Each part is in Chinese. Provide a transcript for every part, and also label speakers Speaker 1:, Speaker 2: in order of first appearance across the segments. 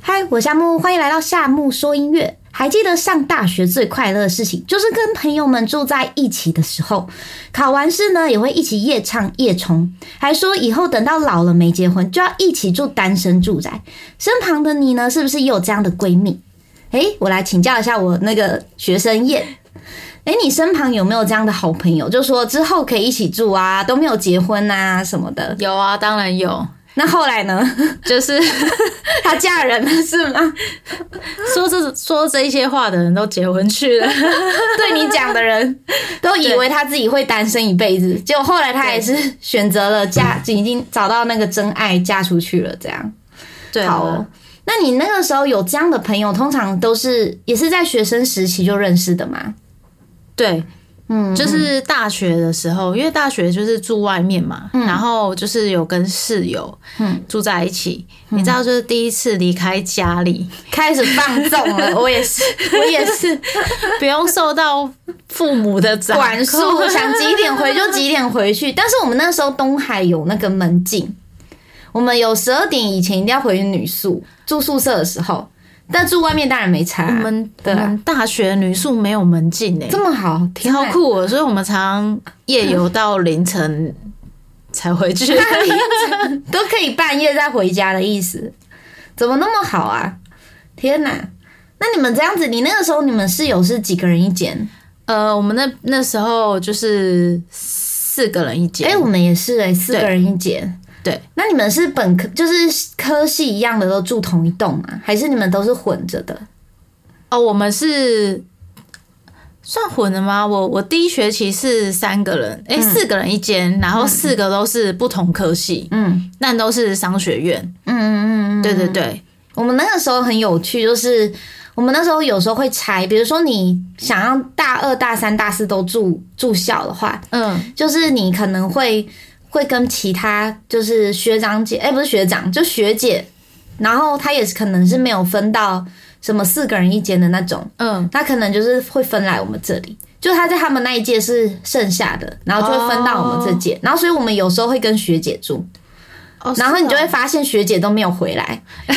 Speaker 1: 嗨，我夏木，欢迎来到夏木说音乐。还记得上大学最快乐的事情，就是跟朋友们住在一起的时候，考完试呢也会一起夜唱夜冲，还说以后等到老了没结婚，就要一起住单身住宅。身旁的你呢，是不是也有这样的闺蜜？诶，我来请教一下我那个学生燕。诶，你身旁有没有这样的好朋友？就说之后可以一起住啊，都没有结婚啊什么的。
Speaker 2: 有啊，当然有，
Speaker 1: 那后来呢？
Speaker 2: 就是
Speaker 1: 她嫁人了是吗？
Speaker 2: 说这说这些话的人都结婚 去了，
Speaker 1: 对你讲的人 都以为她自己会单身一辈子，结果后来她也是选择了嫁，已经找到那个真爱，嫁出去了。这样
Speaker 2: 对啊
Speaker 1: 好哦。那你那个时候有这样的朋友，通常都是也是在学生时期就认识的吗？
Speaker 2: 对，
Speaker 1: 嗯，嗯
Speaker 2: 就是大学的时候，因为大学就是住外面嘛，然后就是有跟室友住在一起，
Speaker 1: 嗯
Speaker 2: 你知道，就是第一次离开家里，
Speaker 1: 开始放纵 了。我也是，我也 是
Speaker 2: 不用受到父母的掌
Speaker 1: 管束，
Speaker 2: 控
Speaker 1: 想几点回就几点回去。但是我们那时候东海有那个门禁，我们有十二点以前一定要回女宿，住宿舍的时候。但住外面当然没差啊、
Speaker 2: 我们
Speaker 1: 对
Speaker 2: 我
Speaker 1: 啊
Speaker 2: 们大学女宿没有门禁诶、
Speaker 1: 这么好，天啊
Speaker 2: 超
Speaker 1: 哪！
Speaker 2: 酷哦的，所以我们常夜游到凌晨才回去。
Speaker 1: 都可以半夜再回家的意思，怎么那么好啊？天哪！那你们这样子，你那个时候你们室友是几个人一间？
Speaker 2: 呃，我们那那时候就是四个人一间，
Speaker 1: 哎、我们也是哎、四个人一间。
Speaker 2: 对，
Speaker 1: 那你们是本科就是科系一样的都住同一栋吗？还是你们都是混着的？
Speaker 2: 哦，我们是算混的吗？我我第一学期是三个人，
Speaker 1: 嗯
Speaker 2: 哎、四个人一间，然后四个都是不同科系，
Speaker 1: 嗯
Speaker 2: 但都是商学院。
Speaker 1: 嗯嗯嗯嗯，
Speaker 2: 对对对，
Speaker 1: 我们那个时候很有趣，就是我们那时候有时候会拆，比如说你想要大二、大三、大四都住住校的话，
Speaker 2: 嗯，
Speaker 1: 就是你可能会会跟其他就是学长姐，哎、不是学长，就学姐，然后她也是可能是没有分到什么四个人一间的那种，
Speaker 2: 嗯，
Speaker 1: 她可能就是会分来我们这里，就她在他们那一届是剩下的，然后就会分到我们这届，然后所以我们有时候会跟学姐住，
Speaker 2: 哦
Speaker 1: 然后你就会
Speaker 2: 是
Speaker 1: 发现学姐都没有回来，
Speaker 2: 哦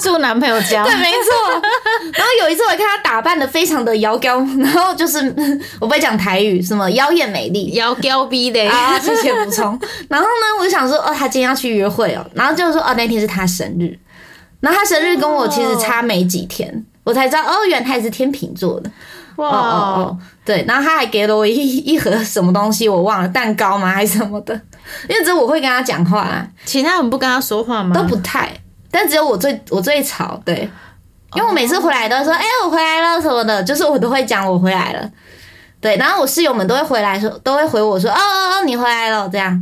Speaker 2: 住男朋友家，
Speaker 1: 对，没错。 然后有一次我看她打扮的非常的妖娇，然后就是 我不会讲台语，什么妖艳美丽，
Speaker 2: 摇标逼的，
Speaker 1: 啊，谢谢补充。然后呢，我就想说，哦，他今天要去约会哦，然后就是说，哦，那天是他生日，然后他生日跟我其实差没几天，我才知道，哦，原来他也是天秤座的，
Speaker 2: 哇
Speaker 1: 哦哦哦
Speaker 2: 哦，，
Speaker 1: 对，然后他还给了我一一盒什么东西，我忘了，蛋糕吗还是什么的？因为只有我会跟他讲话、啊，
Speaker 2: 其他人不跟他说话吗？
Speaker 1: 都不太，但只有我最我最吵，对。因为我每次回来都会说，哎、我回来了什么的，就是我都会讲我回来了，对，然后我室友们都会回来说，都会回我说，哦哦哦，你回来了这样，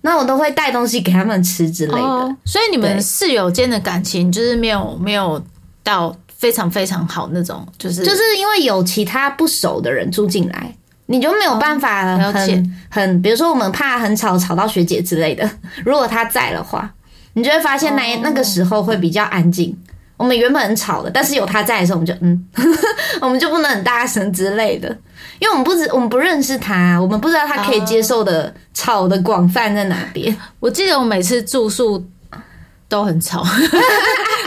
Speaker 1: 那我都会带东西给他们吃之类的，
Speaker 2: 哦，所以你
Speaker 1: 对
Speaker 2: 们室友间的感情就是没有没有到非常非常好那种，就是
Speaker 1: 就是因为有其他不熟的人住进来，你就没有办法
Speaker 2: 哦了解
Speaker 1: 很很，比如说我们怕很吵吵到学姐之类的， 如果她在的话，你就会发现
Speaker 2: 哦
Speaker 1: 那、那个时候会比较安静。我们原本很吵的，但是有她在的时候，我们就嗯， 我们就不能很大声之类的，因为我们不知我们不认识她，我们不知道她可以接受的吵的广泛在哪边。
Speaker 2: 我记得我每次住宿都很吵，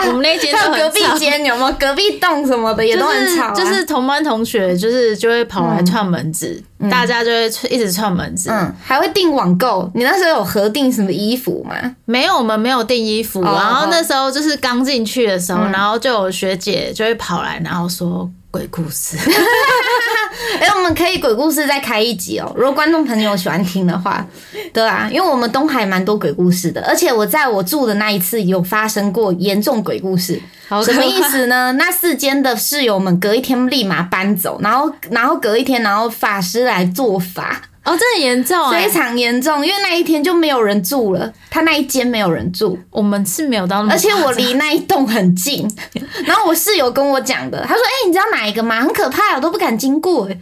Speaker 2: 我们那间
Speaker 1: 还
Speaker 2: 都
Speaker 1: 有 隔
Speaker 2: 很
Speaker 1: 壁
Speaker 2: 吵
Speaker 1: 间有没有隔壁栋什么的也
Speaker 2: 就
Speaker 1: 都很
Speaker 2: 是
Speaker 1: 吵、啊
Speaker 2: 就是同班同学，就是就会跑来串门子，大家就会一直串门子。
Speaker 1: 嗯，还会订网购。你那时候有合订什么衣服吗？
Speaker 2: 没有，我们没有订衣服。
Speaker 1: 哦
Speaker 2: 然后那时候就是刚进去的时候，然后就有学姐就会跑来，然后说鬼故事。
Speaker 1: 哎、我们可以鬼故事再开一集哦。如果观众朋友喜欢听的话，对啊，因为我们东海蛮多鬼故事的，而且我在我住的那一次有发生过严重鬼故事。
Speaker 2: 好
Speaker 1: 什么
Speaker 2: 可怕
Speaker 1: 意思 呢？那四间的室友们隔一天立马搬走，然后然后隔一天，然后法师来做法，
Speaker 2: 哦，这很严重哎、
Speaker 1: 非常严重，因为那一天就没有人住了，他那一间没有人住。
Speaker 2: 我们是没有到那么，
Speaker 1: 而且我离那一栋很近，然后我室友跟我讲的，他说：“哎、你知道哪一个吗？很可怕，我都不敢经过。”哎，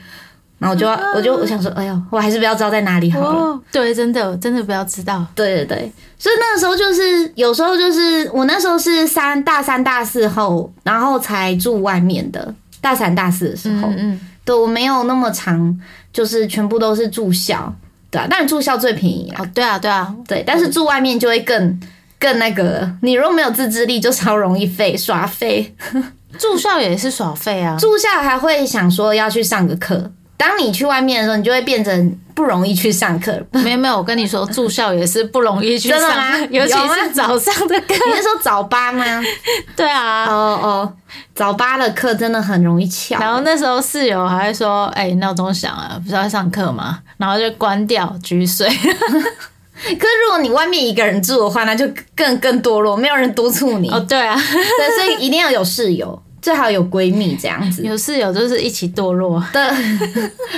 Speaker 1: 然后我就我就我想说，哎呦，我还是不要知道在哪里好了。
Speaker 2: 哦，对，真的真的不要知道。
Speaker 1: 对对对，所以那个时候就是有时候就是我那时候是三大三大四后，然后才住外面的，大三大四的时候，
Speaker 2: 嗯嗯，
Speaker 1: 对我没有那么长，就是全部都是住校，对啊，当然住校最便宜啦。
Speaker 2: 哦，对啊对啊，
Speaker 1: 对，但是住外面就会更更那个了。你若没有自制力，就超容易废耍废。
Speaker 2: 住校也是耍废啊，
Speaker 1: 住校还会想说要去上个课，当你去外面的时候，你就会变成不容易去上 课。
Speaker 2: 没有没有，我跟你说，住校也是不容易去
Speaker 1: 真的
Speaker 2: 上
Speaker 1: 吗，
Speaker 2: 尤其
Speaker 1: 有吗
Speaker 2: 是早上的课。
Speaker 1: 你是说早八吗？
Speaker 2: 对啊
Speaker 1: 哦，哦，早八的课真的很容易翘。
Speaker 2: 然后那时候室友还会说：“哎、闹钟响了，不是要上课吗？”然后就关掉举水。
Speaker 1: 可是如果你外面一个人住的话，那就更更堕落，没有人督促你。
Speaker 2: 哦，对啊，
Speaker 1: 对，所以一定要有室友，最好有闺蜜这样子。
Speaker 2: 有室友就是一起堕落。
Speaker 1: 的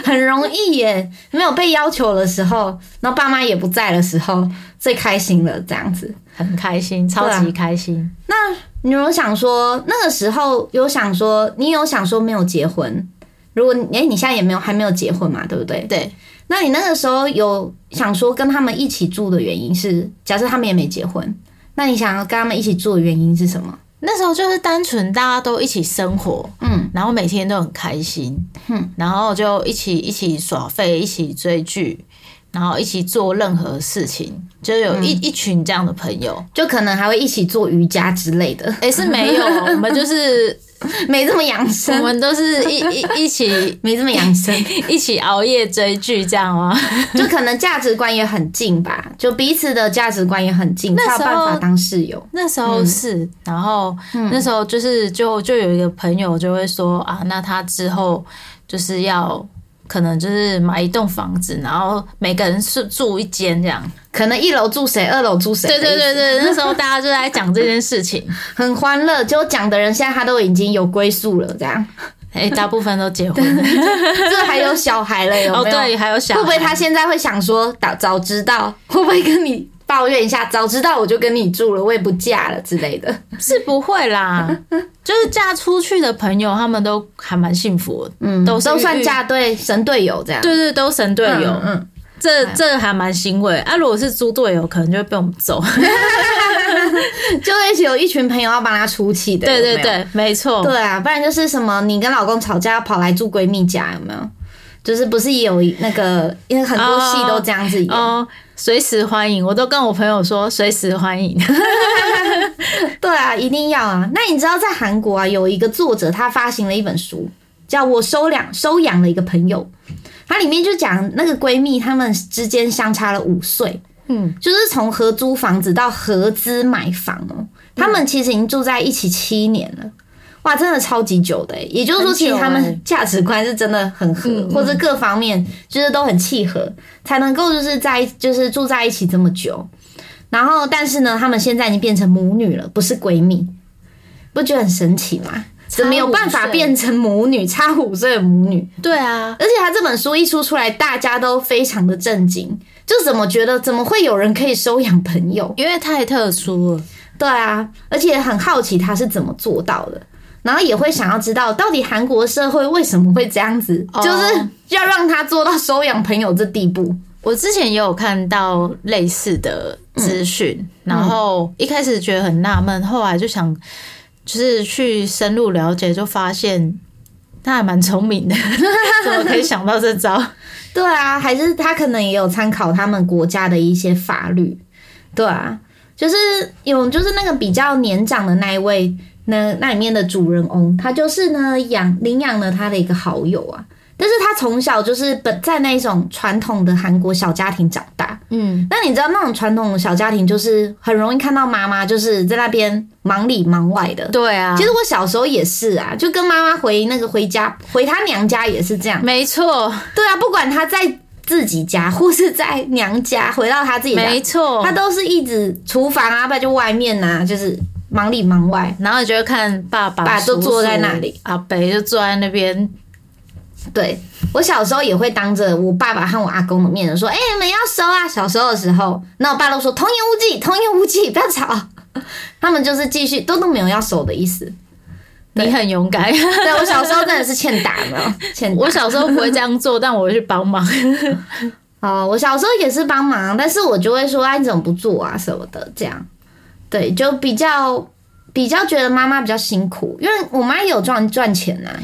Speaker 1: 很容易耶，没有被要求的时候，然后爸妈也不在的时候，最开心了这样子。
Speaker 2: 很开心，超
Speaker 1: 啊
Speaker 2: 级开心。
Speaker 1: 那你有想说那个时候有想说，你有想说没有结婚？如果你哎、你现在也没有还没有结婚嘛，对不对？
Speaker 2: 对，
Speaker 1: 那你那个时候有想说跟他们一起住的原因是，假设他们也没结婚，那你想要跟他们一起住的原因是什么？
Speaker 2: 那时候就是单纯大家都一起生活，
Speaker 1: 嗯，
Speaker 2: 然后每天都很开心，嗯，然后就一起一起耍废，一起追剧，然后一起做任何事情，就有
Speaker 1: 嗯
Speaker 2: 一、一群这样的朋友。
Speaker 1: 就可能还会一起做瑜伽之类的，
Speaker 2: 哎、是没有，我们就是
Speaker 1: 没这么养
Speaker 2: 我
Speaker 1: 生，
Speaker 2: 们都是一一一起
Speaker 1: 没这么养生。
Speaker 2: 一起熬夜追剧这样吗？
Speaker 1: 就可能价值观也很近吧，就彼此的价值观也很近，
Speaker 2: 那
Speaker 1: 才有
Speaker 2: 时候
Speaker 1: 办法当室友。
Speaker 2: 那时
Speaker 1: 嗯
Speaker 2: 候是，然后那时候就是就就有一个朋友就会说啊，那他之后就是要可能就是买一栋房子，然后每个人是住一间这样。
Speaker 1: 可能一楼住谁，二楼住谁，
Speaker 2: 对对，对对，那时候大家就在讲这件事情，
Speaker 1: 很欢乐。就讲的人现在他都已经有归宿了，这 样，
Speaker 2: 哎、大部分都结婚了。
Speaker 1: 这还有小孩了，有
Speaker 2: 哦，
Speaker 1: 没有？
Speaker 2: 对，还有小孩
Speaker 1: 会不会他现在会想说，早早知道，会不会跟你抱怨一下？早知道我就跟你住了，我也不嫁了之类的。
Speaker 2: 是不会啦， 就是嫁出去的朋友，他们都还蛮幸福的，嗯，都是
Speaker 1: 都算
Speaker 2: 遇。
Speaker 1: 嫁对神队友这样。
Speaker 2: 对对，都神队
Speaker 1: 嗯，
Speaker 2: 友，
Speaker 1: 嗯，
Speaker 2: 这这还蛮欣慰啊！如果是猪队友，可能就会被我们揍。
Speaker 1: 嗯就会有一群朋友要帮他出气的。
Speaker 2: 对
Speaker 1: 有没有
Speaker 2: 对对，没错。
Speaker 1: 对啊，不然就是什么，你跟老公吵架要跑来住闺蜜家，有没有？就是不是也有那个，因为很多戏都这样子演
Speaker 2: 哦，随时欢迎，我都跟我朋友说随时欢迎。
Speaker 1: 对啊，一定要啊。那你知道在韩国啊，有一个作者他发行了一本书，叫我收养收养了一个朋友，它里面就讲那个闺蜜她们之间相差了五岁，
Speaker 2: 嗯，
Speaker 1: 就是从合租房子到合资买房
Speaker 2: 嗯
Speaker 1: 哦，他们其实已经住在一起七年了。哇，真的超级久的欸、也就是说，
Speaker 2: 很久
Speaker 1: 其实他
Speaker 2: 欸嗯
Speaker 1: 们价值观是真的很合，或者各方面就是都很契合，才能够就是在就是住在一起这么久。然后，但是呢，他们现在已经变成母女了，不是闺蜜，不觉得很神奇吗？怎么有办法变成母女？差五岁的母女，
Speaker 2: 对啊，
Speaker 1: 而且他这本书一出出来，大家都非常的震惊，就怎么觉得怎么会有人可以收养朋友？
Speaker 2: 因为太特殊了。
Speaker 1: 对啊，而且很好奇他是怎么做到的，然后也会想要知道到底韩国社会为什么会这样子，
Speaker 2: 哦
Speaker 1: 就是要让他做到收养朋友这地步。
Speaker 2: 我之前也有看到类似的资讯，
Speaker 1: 嗯
Speaker 2: 然后一开始觉得很纳闷，后来就想就是去深入了解，就发现他还蛮聪 明的，怎么可以想到这招？
Speaker 1: 对啊，还是他可能也有参考他们国家的一些法律。对啊，就是有就是那个比较年长的那一位，那那里面的主人翁，他就是呢养领养了他的一个好友啊。但是他从小就是本在那一种传统的韩国小家庭长大，
Speaker 2: 嗯，
Speaker 1: 那你知道那种传统的小家庭，就是很容易看到妈妈就是在那边忙里忙外的。
Speaker 2: 对啊
Speaker 1: 其，实我小时候也是啊，就跟妈妈回那个回家回她娘家也是这样。
Speaker 2: 没错，
Speaker 1: 对啊，不管她在自己家或是在娘家，回到她自己家，
Speaker 2: 没错
Speaker 1: 她。都是一直厨房啊，不然就外面啊，就是忙里忙外。
Speaker 2: 然后你就会看爸爸、
Speaker 1: 爸就
Speaker 2: 叔叔
Speaker 1: 坐在那里，
Speaker 2: 阿北就坐在那边，
Speaker 1: 对我小时候也会当着我爸爸和我阿公的面说：“哎、你们要收啊！”小时候的时候，那我爸都说“童言无忌，童言无忌，不要吵。” 他们就是继续都都没有要收的意思。
Speaker 2: 你很勇 敢。
Speaker 1: 对我小时候真的是欠打，有没有欠打
Speaker 2: 我。小时候不会这样做，但我会去帮忙。
Speaker 1: 哦，我小时候也是帮忙，但是我就会说：“哎、你怎么不做啊？”什么的，这样。对，就比较比较觉得妈妈比较辛苦，因为我妈也有赚赚钱呐、啊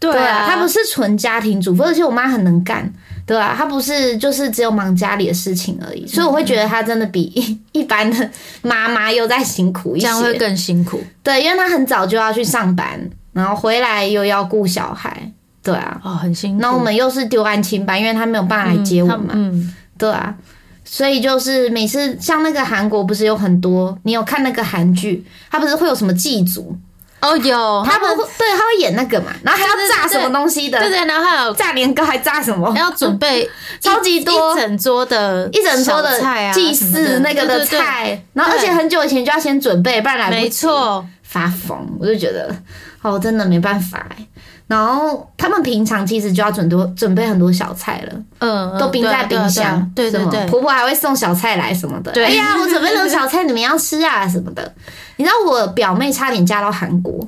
Speaker 2: 对啊
Speaker 1: 对啊，她不是纯家庭主妇，而且我妈很能干，对啊，他不是就是只有忙家里的事情而已，所以我会觉得他真的比
Speaker 2: 嗯
Speaker 1: 一一般的妈妈又再辛苦一
Speaker 2: 这样会
Speaker 1: 些。
Speaker 2: 更辛苦。
Speaker 1: 对，因为他很早就要去上班，然后回来又要顾小孩，对啊。
Speaker 2: 哦，很辛苦。
Speaker 1: 那我们又是丢安亲班，因为他没有办法来接我
Speaker 2: 他
Speaker 1: 们嘛，
Speaker 2: 嗯，
Speaker 1: 对啊。所以就是每次像那个韩国不是有很多，你有看那个韩剧，他不是会有什么祭祖，
Speaker 2: 哦有
Speaker 1: 他们会对他会演那个嘛，然后还
Speaker 2: 对
Speaker 1: 要
Speaker 2: 对
Speaker 1: 炸什么东西的，
Speaker 2: 对对，然后还有
Speaker 1: 炸年糕还炸什么，
Speaker 2: 要准备
Speaker 1: 哦嗯超级
Speaker 2: 一
Speaker 1: 多
Speaker 2: 一整桌的
Speaker 1: 一整桌
Speaker 2: 小菜啊，
Speaker 1: 祭
Speaker 2: 什么
Speaker 1: 祀那个的，菜，然后而且很久以前就要先准备，不然
Speaker 2: 对对对
Speaker 1: 来不
Speaker 2: 没
Speaker 1: 及。
Speaker 2: 错，
Speaker 1: 发疯，我就觉得哦，真的没办法哎。然后他们平常其实就要准多准备很多小菜了，
Speaker 2: 嗯，
Speaker 1: 都冰在冰箱，
Speaker 2: 对啊对
Speaker 1: 什
Speaker 2: 对
Speaker 1: 么
Speaker 2: 对对对，
Speaker 1: 婆婆还会送小菜来什么的。
Speaker 2: 对
Speaker 1: 哎呀，我准备了小菜，你们要吃啊什么的。你知道我表妹差点嫁到韩国，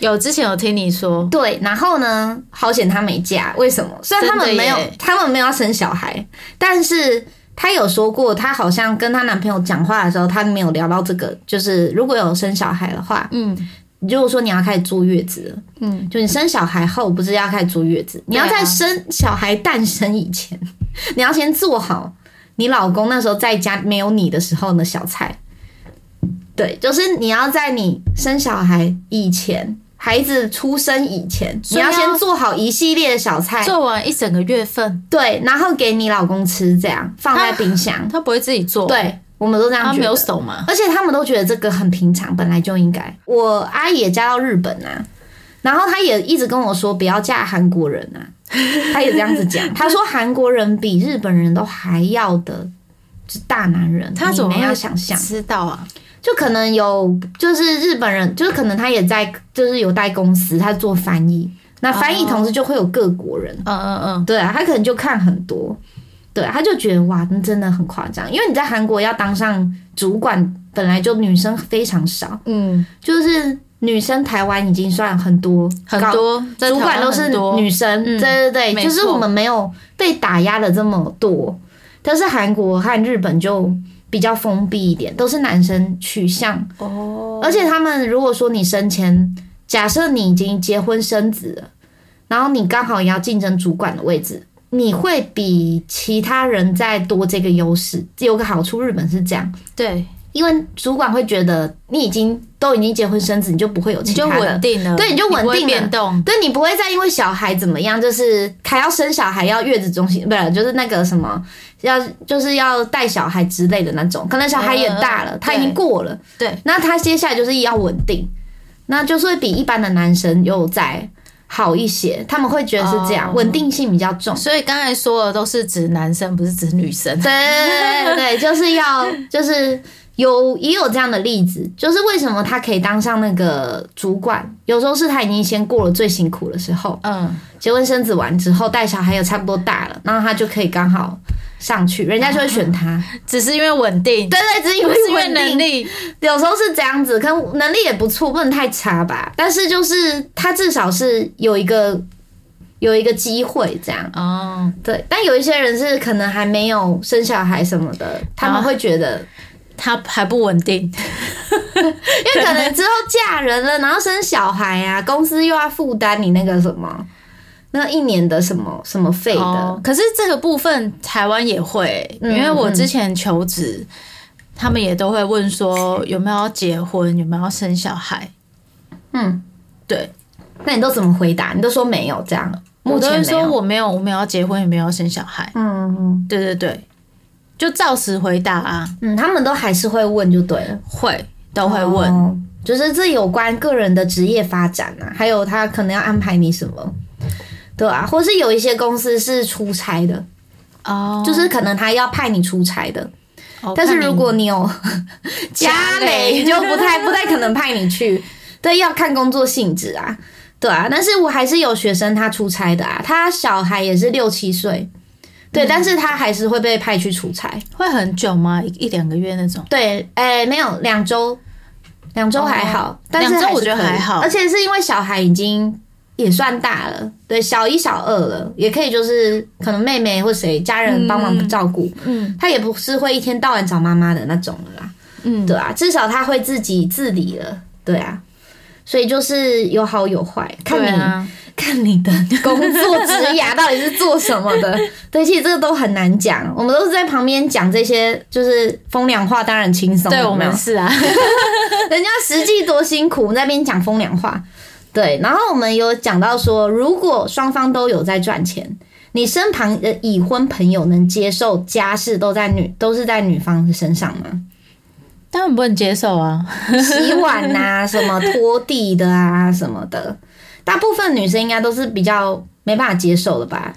Speaker 2: 有之前有听你说，
Speaker 1: 对，然后呢，好险她没嫁，为什么？虽然他们
Speaker 2: 真的
Speaker 1: 没
Speaker 2: 耶
Speaker 1: 有，他们没有要生小孩，但是她有说过，她好像跟她男朋友讲话的时候，她没有聊到这个，就是如果有生小孩的话，
Speaker 2: 嗯，
Speaker 1: 如果说你要开始坐月子了，
Speaker 2: 嗯，
Speaker 1: 就你生小孩后不是要开始坐月子，你要
Speaker 2: 对啊
Speaker 1: 在生小孩诞生以前， 你要先做好你老公那时候在家没有你的时候的小菜。对，就是你要在你生小孩以前，孩子出生以前，你
Speaker 2: 所以
Speaker 1: 要
Speaker 2: 要
Speaker 1: 先做好一系列的小菜，
Speaker 2: 做完一整个月份，
Speaker 1: 对，然后给你老公吃，这样放在冰箱。
Speaker 2: 他不会自己做，，
Speaker 1: 对，我们都这样
Speaker 2: 他
Speaker 1: 觉
Speaker 2: 没有
Speaker 1: 得。
Speaker 2: 手嘛，
Speaker 1: 而且他们都觉得这个很平常，本来就应该。我阿姨也嫁到日本啊，然后她也一直跟我说不要嫁韩国人啊，她也这样子 讲。她说韩国人比日本人都还要的是大男人，
Speaker 2: 他怎么
Speaker 1: 你们
Speaker 2: 会
Speaker 1: 要想象？
Speaker 2: 知道啊？
Speaker 1: 就可能有，就是日本人，就是可能他也在，就是有带公司，他做翻译，那翻
Speaker 2: 哦
Speaker 1: 译同时就会有各国人。
Speaker 2: 嗯嗯嗯，
Speaker 1: 对啊，他可能就看很多，对啊，他就觉得哇，那真的很夸张。因为你在韩国要当上主管，本来就女生非常少，
Speaker 2: 嗯，
Speaker 1: 就是女生台湾已经算很多，
Speaker 2: 很
Speaker 1: 高
Speaker 2: 多在
Speaker 1: 主
Speaker 2: 台
Speaker 1: 管
Speaker 2: 湾
Speaker 1: 都是
Speaker 2: 很多
Speaker 1: 女生，对
Speaker 2: 嗯
Speaker 1: 对对，
Speaker 2: 没
Speaker 1: 就是
Speaker 2: 错
Speaker 1: 我们没有被打压的这么多，但是韩国和日本就比较封闭一点，都是男生取向。
Speaker 2: 哦，
Speaker 1: 而且他们如果说你生前，假设你已经结婚生子了，然后你刚好也要竞争主管的位置，你会比其他人再多这个优势。有个好处，日本是这样，
Speaker 2: 对，
Speaker 1: 因为主管会觉得你已经都已经结婚生子，你就不会有
Speaker 2: 你
Speaker 1: 其
Speaker 2: 就
Speaker 1: 他的
Speaker 2: 稳。定了，
Speaker 1: 对你就稳定了
Speaker 2: 不会变动，
Speaker 1: 对你不会再因为小孩怎么样，就是还要生小孩，要月子中心，不是就是那个什么，要就是要带小孩之类的那种。可能小孩也大了，
Speaker 2: 嗯
Speaker 1: 他已经
Speaker 2: 对
Speaker 1: 过了，
Speaker 2: 对，
Speaker 1: 那他接下来就是要稳定，那就是会比一般的男生又再好一些，他们会觉得是这样，
Speaker 2: 哦
Speaker 1: 稳、定性比较重。
Speaker 2: 所以刚才说的都是指男生，不是指女生。
Speaker 1: 对对对对，对就是要 就是有也有这样的例子，就是为什么他可以当上那个主管，有时候是他已经先过了最辛苦的时候，
Speaker 2: 嗯，
Speaker 1: 结婚生子完之后带小孩也差不多大了，然后他就可以刚好上去，人家就会选他。
Speaker 2: 只是因为稳定，
Speaker 1: 哦对对，只因
Speaker 2: 不
Speaker 1: 为
Speaker 2: 是因为
Speaker 1: 稳定
Speaker 2: 能力。
Speaker 1: 有时候是这样子，可能能力也不错，不能太差吧。但是就是他至少是有一个有一个机会这样。
Speaker 2: 哦，
Speaker 1: 对，但有一些人是可能还没有生小孩什么的，他们会觉 得，
Speaker 2: 他还不稳定，
Speaker 1: 因为可能之后嫁人了，然后生小孩啊，公司又要负担你那个什么，那一年的什么什么费的。
Speaker 2: 哦。可是这个部分台湾也会，因
Speaker 1: 嗯
Speaker 2: 为我之前求职，他们也都会问说有没有要结婚，有没有要生小孩。
Speaker 1: 嗯，
Speaker 2: 对，
Speaker 1: 那你都怎么回答？你都说没有这样，目
Speaker 2: 我都会
Speaker 1: 前没
Speaker 2: 说
Speaker 1: 有。
Speaker 2: 我没有，我没有要结婚，也没有要生小孩。
Speaker 1: 嗯
Speaker 2: 对对对，就照实回答啊，
Speaker 1: 嗯，他们都还是会问就对了。
Speaker 2: 会都会问。
Speaker 1: 哦就是这有关个人的职业发展啊，还有他可能要安排你什么，对啊，或是有一些公司是出差的，
Speaker 2: 哦，
Speaker 1: 就是可能他要派你出差的，
Speaker 2: 哦
Speaker 1: 但是
Speaker 2: 看你
Speaker 1: 如果你有家
Speaker 2: 家
Speaker 1: 累，
Speaker 2: 累
Speaker 1: 就不太不太可能派你去，对，要看工作性质啊，对啊，但是我还是有学生他出差的啊，他小孩也是六七岁。
Speaker 2: 嗯
Speaker 1: 对，但是他还是会被派去出差。
Speaker 2: 会很久吗？一一两个月那种。
Speaker 1: 对，哎、没有两周，两周还好，
Speaker 2: 哦
Speaker 1: 但是
Speaker 2: 两周
Speaker 1: 还是
Speaker 2: 我觉得
Speaker 1: 可以
Speaker 2: 还好
Speaker 1: 而且是因为小孩已经也算大了，对，小一、小二了，也可以就是可能妹妹或谁家人帮忙照顾，
Speaker 2: 嗯
Speaker 1: 他也不是会一天到晚找妈妈的那种了啦，
Speaker 2: 嗯，
Speaker 1: 对啊，至少他会自己自理了，对啊，所以就是有好有坏，看你、
Speaker 2: 对啊，
Speaker 1: 看
Speaker 2: 看你的
Speaker 1: 工作职涯到底是做什么 的？对，其实这个都很难讲，我们都是在旁边讲这些，就是风凉话，当然轻松。
Speaker 2: 对
Speaker 1: 有
Speaker 2: 我
Speaker 1: 没有
Speaker 2: 们是啊，
Speaker 1: 人家实际多辛苦，我们在那边讲风凉话。对，然后我们有讲到说，如果双方都有在赚钱，你身旁的已婚朋友能接受家事都在女都是在女方的身上吗？
Speaker 2: 当然不能接受啊。
Speaker 1: 洗碗 啊，什么拖地的啊，什么的，大部分女生应该都是比较没办法接受的吧？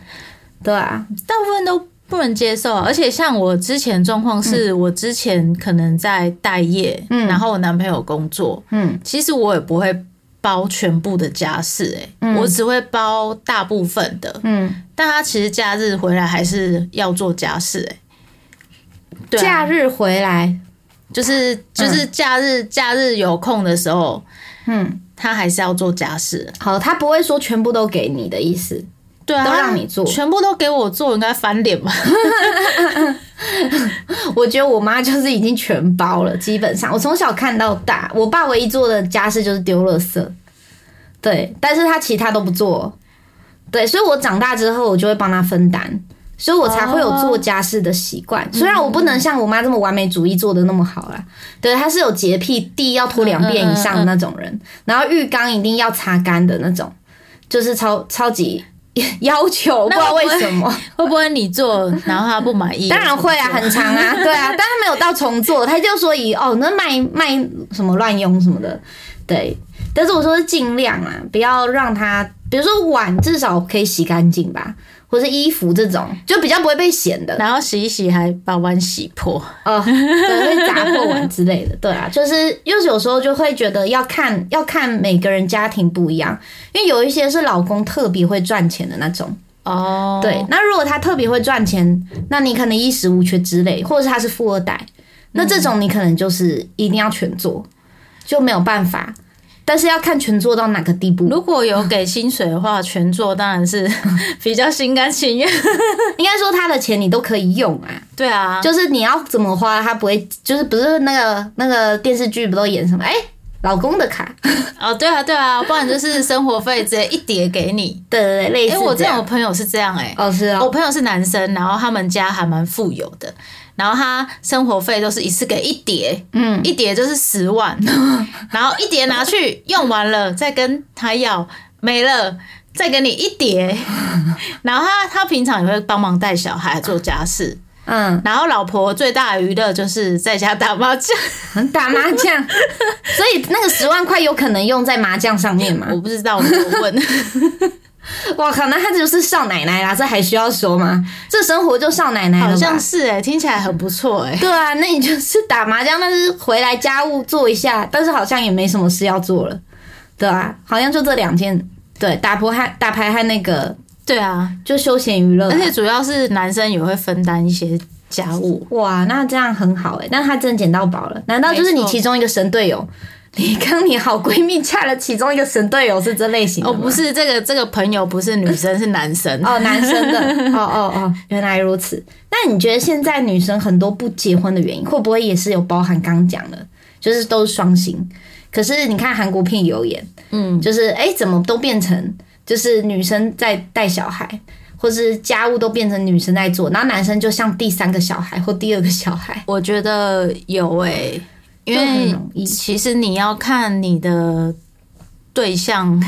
Speaker 1: 对啊，
Speaker 2: 大部分都不能接受啊、而且像我之前状况是、我之前可能在待业，
Speaker 1: 嗯
Speaker 2: 然后我男朋友工作，
Speaker 1: 嗯
Speaker 2: 其实我也不会包全部的家事、欸，
Speaker 1: 嗯
Speaker 2: 我只会包大部分的，
Speaker 1: 嗯，
Speaker 2: 但他其实假日回来还是要做家事、欸，对啊
Speaker 1: 假日回来，
Speaker 2: 就是就是假日、假日有空的时候，
Speaker 1: 嗯，
Speaker 2: 他还是要做家事，
Speaker 1: 好，他不会说全部都给你的意思，
Speaker 2: 对啊，
Speaker 1: 都让你做
Speaker 2: 他全部都给我做，应该翻脸吧？
Speaker 1: 我觉得我妈就是已经全包了，基本上我从小看到大，我爸唯一做的家事就是丢垃圾，对，但是他其他都不做，对，所以我长大之后我就会帮他分担，所以我才会有做家事的习惯。虽然我不能像我妈这么完美主义做的那么好啦，对，她是有洁癖，地要拖两遍以上的那种人，然后浴缸一定要擦干的那种，就是超超级 要求，不知道为什么。
Speaker 2: 会不会你做，然后他不满意？
Speaker 1: 当然会啊，很长啊，对啊，但他没有到重做，他就说以哦，那卖卖什么乱用什么的，对。但是我说是尽量啊，不要让他，比如说碗至少可以洗干净吧，或是衣服这种，就比较不会被嫌的，
Speaker 2: 然后洗一洗还把碗洗破，
Speaker 1: 哦，对，会砸破碗之类的，对啊，就是又是有时候就会觉得要看要看每个人家庭不一样，因为有一些是老公特别会赚钱的那种。
Speaker 2: 哦，
Speaker 1: 对，那如果他特别会赚钱，那你可能衣食无缺之类，或者是他是富二代，那这种你可能就是一定要全做，就没有办法。但是要看全做到哪个地步。
Speaker 2: 如果有给薪水的话，全做当然是 比较心甘情愿。
Speaker 1: 应该说他的钱你都可以用啊，
Speaker 2: 对啊，
Speaker 1: 就是你要怎么花，他不会，就是不是那个那个电视剧不都演什么？哎、老公的卡，
Speaker 2: 哦，对啊，对啊，不然就是生活费直接一叠给你。
Speaker 1: 对对对，类
Speaker 2: 哎、
Speaker 1: 似
Speaker 2: 我
Speaker 1: 这
Speaker 2: 真的
Speaker 1: 样。
Speaker 2: 有朋友是这样哎、
Speaker 1: 哦，是啊、
Speaker 2: 我朋友是男生，然后他们家还蛮富有的，然后他生活费都是一次给一叠，
Speaker 1: 嗯，
Speaker 2: 一叠就是十万，然后一叠拿去用完了，再跟他要没了，再给你一叠。然后他他平常也会帮忙带小孩做家事，
Speaker 1: 嗯，
Speaker 2: 然后老婆最大的娱乐就是在家打麻将，
Speaker 1: 打麻 将，所以那个十万块有可能用在麻将上面嘛？
Speaker 2: 我不知道我没有问，
Speaker 1: 哇靠，那她就是少奶奶啦，这还需要说吗？这生活就少奶奶了吧
Speaker 2: 好像是哎、听起来很不错哎、
Speaker 1: 对啊，那你就是打麻将，但是回来家务做一下，但是好像也没什么事要做了，对啊，好像就这两件，对，打牌和打牌和那个
Speaker 2: 对啊，
Speaker 1: 就休闲娱乐啊、
Speaker 2: 而且主要是男生也会分担一些家务，
Speaker 1: 哇，那这样很好哎、但他真的捡到宝了，难道就是
Speaker 2: 没
Speaker 1: 你
Speaker 2: 错
Speaker 1: 其中一个神队友？你跟你好闺蜜嫁了其中一个神队友是这类型的
Speaker 2: 哦，
Speaker 1: 吗
Speaker 2: 不是这个这个朋友不是女生是 男生，
Speaker 1: 哦，男生 的，哦哦哦，原来如此。那你觉得现在女生很多不结婚的原因，会不会也是有包含刚刚讲的，就是都是双薪？可是你看韩国片有演，
Speaker 2: 嗯，
Speaker 1: 就是哎、诶怎么都变成就是女生在带小孩，或是家务都变成女生在做，然后男生就像第三个小孩或第二个小孩，
Speaker 2: 我觉得有诶、因
Speaker 1: 就很
Speaker 2: 为
Speaker 1: 容易
Speaker 2: 其实你要看你的对象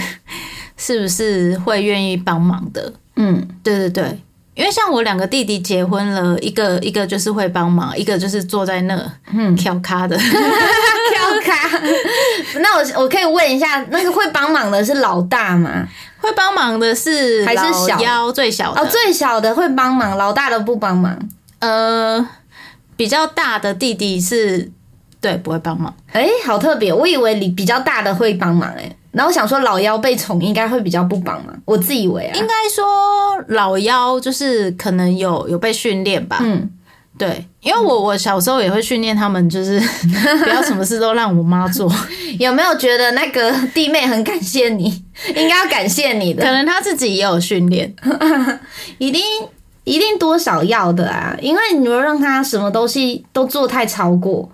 Speaker 2: 是不是会愿意帮忙的。
Speaker 1: 嗯
Speaker 2: 对对对，因为像我两个弟弟结婚了，一个一个就是会帮忙，一个就是坐在那
Speaker 1: 嗯，
Speaker 2: 挑咖的。
Speaker 1: 跳卡。 那我我可以问一下，那个会帮忙的是老大吗？
Speaker 2: 会帮忙的是
Speaker 1: 还是
Speaker 2: 老
Speaker 1: 小
Speaker 2: 幺最小的，
Speaker 1: 哦，最小的会帮忙，老大的不帮忙。
Speaker 2: 呃比较大的弟弟是对不会帮忙。
Speaker 1: 哎、好特别！我以为你比较大的会帮忙哎、然后我想说老幺被宠应该会比较不帮忙，我自以为啊
Speaker 2: 应，该说老幺就是可能有有被训练吧，
Speaker 1: 嗯，
Speaker 2: 对，因为我我小时候也会训练他们，就是 不要什么事都让我妈 做，可
Speaker 1: 有没有觉得那个弟妹很感谢你？应该要感谢你的，
Speaker 2: 能她自己也有训练，
Speaker 1: 一定一定多少要的啊，因为你如果让他什么东西都做太超过，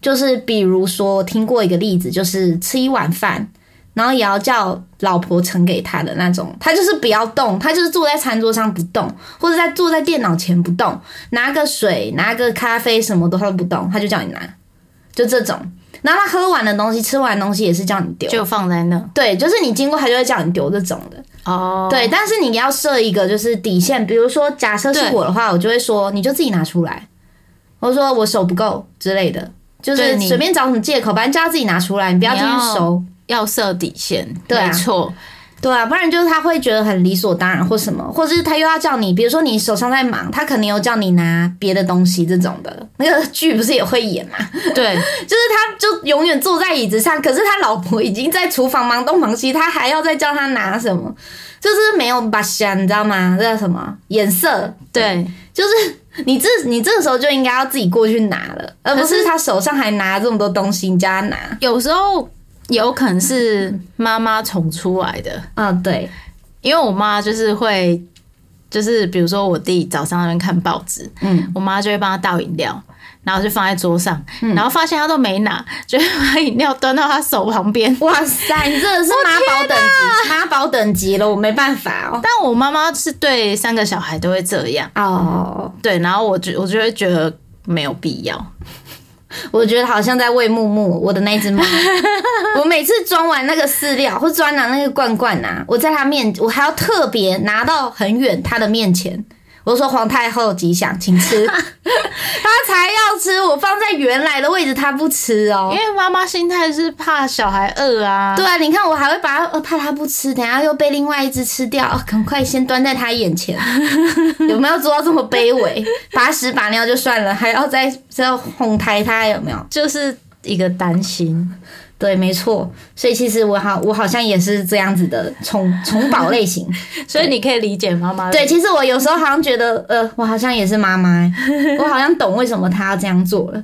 Speaker 1: 就是比如说我听过一个例子，就是吃一碗饭，然后也要叫老婆盛给他的那种。他就是不要动，他就是坐在餐桌上不动，或者在坐在电脑前不动，拿个水、拿个咖啡什么都他都不动，他就叫你拿，就这种。然后他喝完的东西、吃完的东西也是叫你丢，
Speaker 2: 就放在那
Speaker 1: 对，就是你经过他就会叫你丢这种的。
Speaker 2: 哦。
Speaker 1: 对，但是你要设一个就是底线，比如说假设是我的话，我就会说你就自己拿出来，我说我手不够之类的，就
Speaker 2: 对
Speaker 1: 是
Speaker 2: 你
Speaker 1: 随便找什么借口，反正叫他自己拿出来，你不要
Speaker 2: 你
Speaker 1: 继
Speaker 2: 要
Speaker 1: 续收。
Speaker 2: 要设底线，
Speaker 1: 对啊
Speaker 2: 没错，
Speaker 1: 对啊，不然就是他会觉得很理所当然或什么，或者是他又要叫你，比如说你手上在忙，他可能有叫你拿别的东西这种的。那个剧不是也会演嘛？
Speaker 2: 对，
Speaker 1: 就是他就永远坐在椅子上，可是他老婆已经在厨房忙东忙西，他还要再叫他拿什么，就是没有把想，你知道吗？这叫什么眼色？
Speaker 2: 对，
Speaker 1: 就是你这你这个时候就应该要自己过去拿了，而不是他手上还拿这么多东西，你叫他 拿。
Speaker 2: 有时候有可能是妈妈宠出来的，
Speaker 1: 嗯，对，
Speaker 2: 因为我妈就是会，就是比如说我弟早上那边看报纸，
Speaker 1: 嗯，
Speaker 2: 我妈就会帮他倒饮料，然后就放在桌上，然后发现他都没拿，就会把饮料端到他手旁边。
Speaker 1: 哇塞，你真的是妈宝等级，妈宝等级了，我没办法哦。
Speaker 2: 但我妈妈是对三个小孩都会这样，
Speaker 1: 哦，
Speaker 2: 对，然后我就我就会觉得没有必要，
Speaker 1: 我觉得好像在喂木木，我的那 只猫。我每次装完那个饲料或装完那个罐罐啊，我在它面，我还要特别拿到很远它的面前，我说皇太后吉祥，请 吃。它才要吃，我放在原来的位置，它不吃哦
Speaker 2: 因。为妈妈心态是怕小孩饿啊，
Speaker 1: 对啊，你看我还会把它，呃怕它不吃，等下又被另外一只吃掉，哦赶快先端在它眼 前。有没有做到这么卑微？把屎把尿就算了，还要再再要哄抬它，有没有？
Speaker 2: 就是一个担心。
Speaker 1: 对，没错。所以其实我好，我好像也是这样子的宠宠宝类型。
Speaker 2: 所以你可以理解妈妈的
Speaker 1: 对，其实我有时候好像觉得，呃，我好像也是妈妈欸、我好像懂为什么她要这样做了，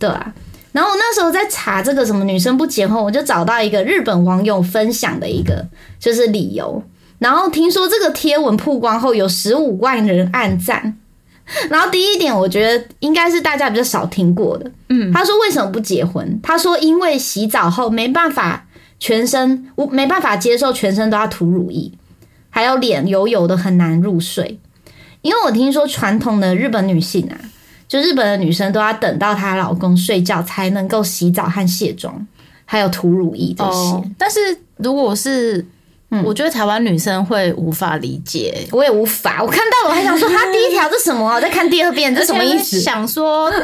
Speaker 1: 对啊。然后我那时候在查这个什么女生不结婚，我就找到一个日本网友分享的一个就是理由，然后听说这个贴文曝光后有十五万人按赞。 然后第一点，我觉得应该是大家比较少听过的。嗯，他说为什么不结婚？他说因为洗澡后没办法全身，我没办法接受全身都要涂乳液。还有脸油油的很难入睡。因为我听说传统的日本女性啊，就日本的女生都要等到她老公睡觉才能够洗澡和卸妆，还有涂乳液这些。
Speaker 2: 哦，但是如果是，我觉得台湾女生会无法理解，
Speaker 1: 我也无法，我看到我还想说，她第一条这什么啊？我再看第二遍，这什么意思？
Speaker 2: 想说，因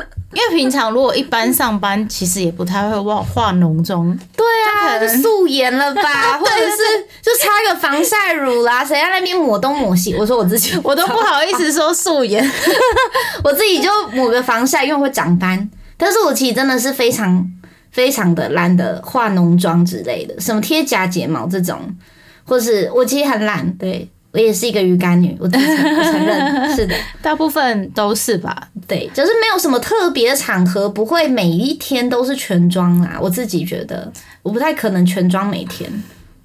Speaker 2: 为平常如果一般上班，其实也不太会化化浓妆，
Speaker 1: 对啊，就素颜了吧，或者是就擦个防晒乳啦，谁在那边抹东抹西？我说我自己，
Speaker 2: 我都不好意思说素颜。
Speaker 1: 我自己就抹个防晒，因为会长斑。但是我其实真的是非常非常的懒得化浓妆之类的，什么贴假睫毛这种，或是我其实很懒，对我也是一个鱼干女，我自己承我承认是的，
Speaker 2: 大部分都是吧？
Speaker 1: 对，就是没有什么特别的场合，不会每一天都是全妆啦。我自己觉得我不太可能全妆每天，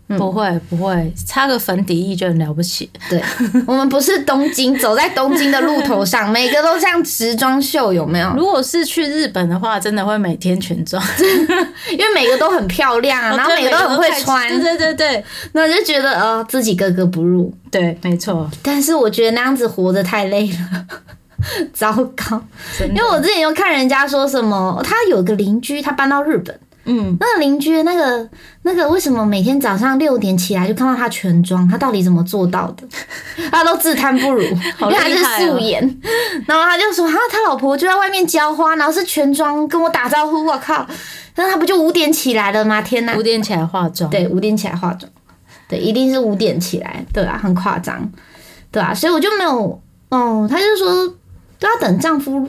Speaker 1: 嗯
Speaker 2: 不会不会，擦个粉底液就很了不起。
Speaker 1: 对我们不是东京，走在东京的路头 上，每个都像时装秀，有没有？
Speaker 2: 如果是去日本的话，真的会每天全妆，
Speaker 1: 因为每个都很漂亮 啊，然后每个都很会穿，
Speaker 2: 对对对
Speaker 1: 那我就觉得呃自己格格不入，
Speaker 2: 对对，没错。
Speaker 1: 但是我觉得那样子活着太累了， 糟糕。
Speaker 2: 真
Speaker 1: 因
Speaker 2: 的
Speaker 1: 为我之前有看人家说什么，他有个邻居，他搬到日本，
Speaker 2: 嗯，
Speaker 1: 那个邻居的那个那个为什么每天早上六点起来就看到他全妆，他到底怎么做到 的？他都自叹不如，因
Speaker 2: 好
Speaker 1: 为
Speaker 2: 厉
Speaker 1: 他
Speaker 2: 害哦
Speaker 1: 是素颜。然后他就说啊，他老婆就在外面浇花，然后是全妆跟我打招呼，我靠，那他不就五点起来了吗？天哪！
Speaker 2: 五嗯点起来化妆，
Speaker 1: 对，五点起来化妆，对，一定是五点起来，对啊，很夸张，对啊，所以我就没有，哦，他就说都要等丈夫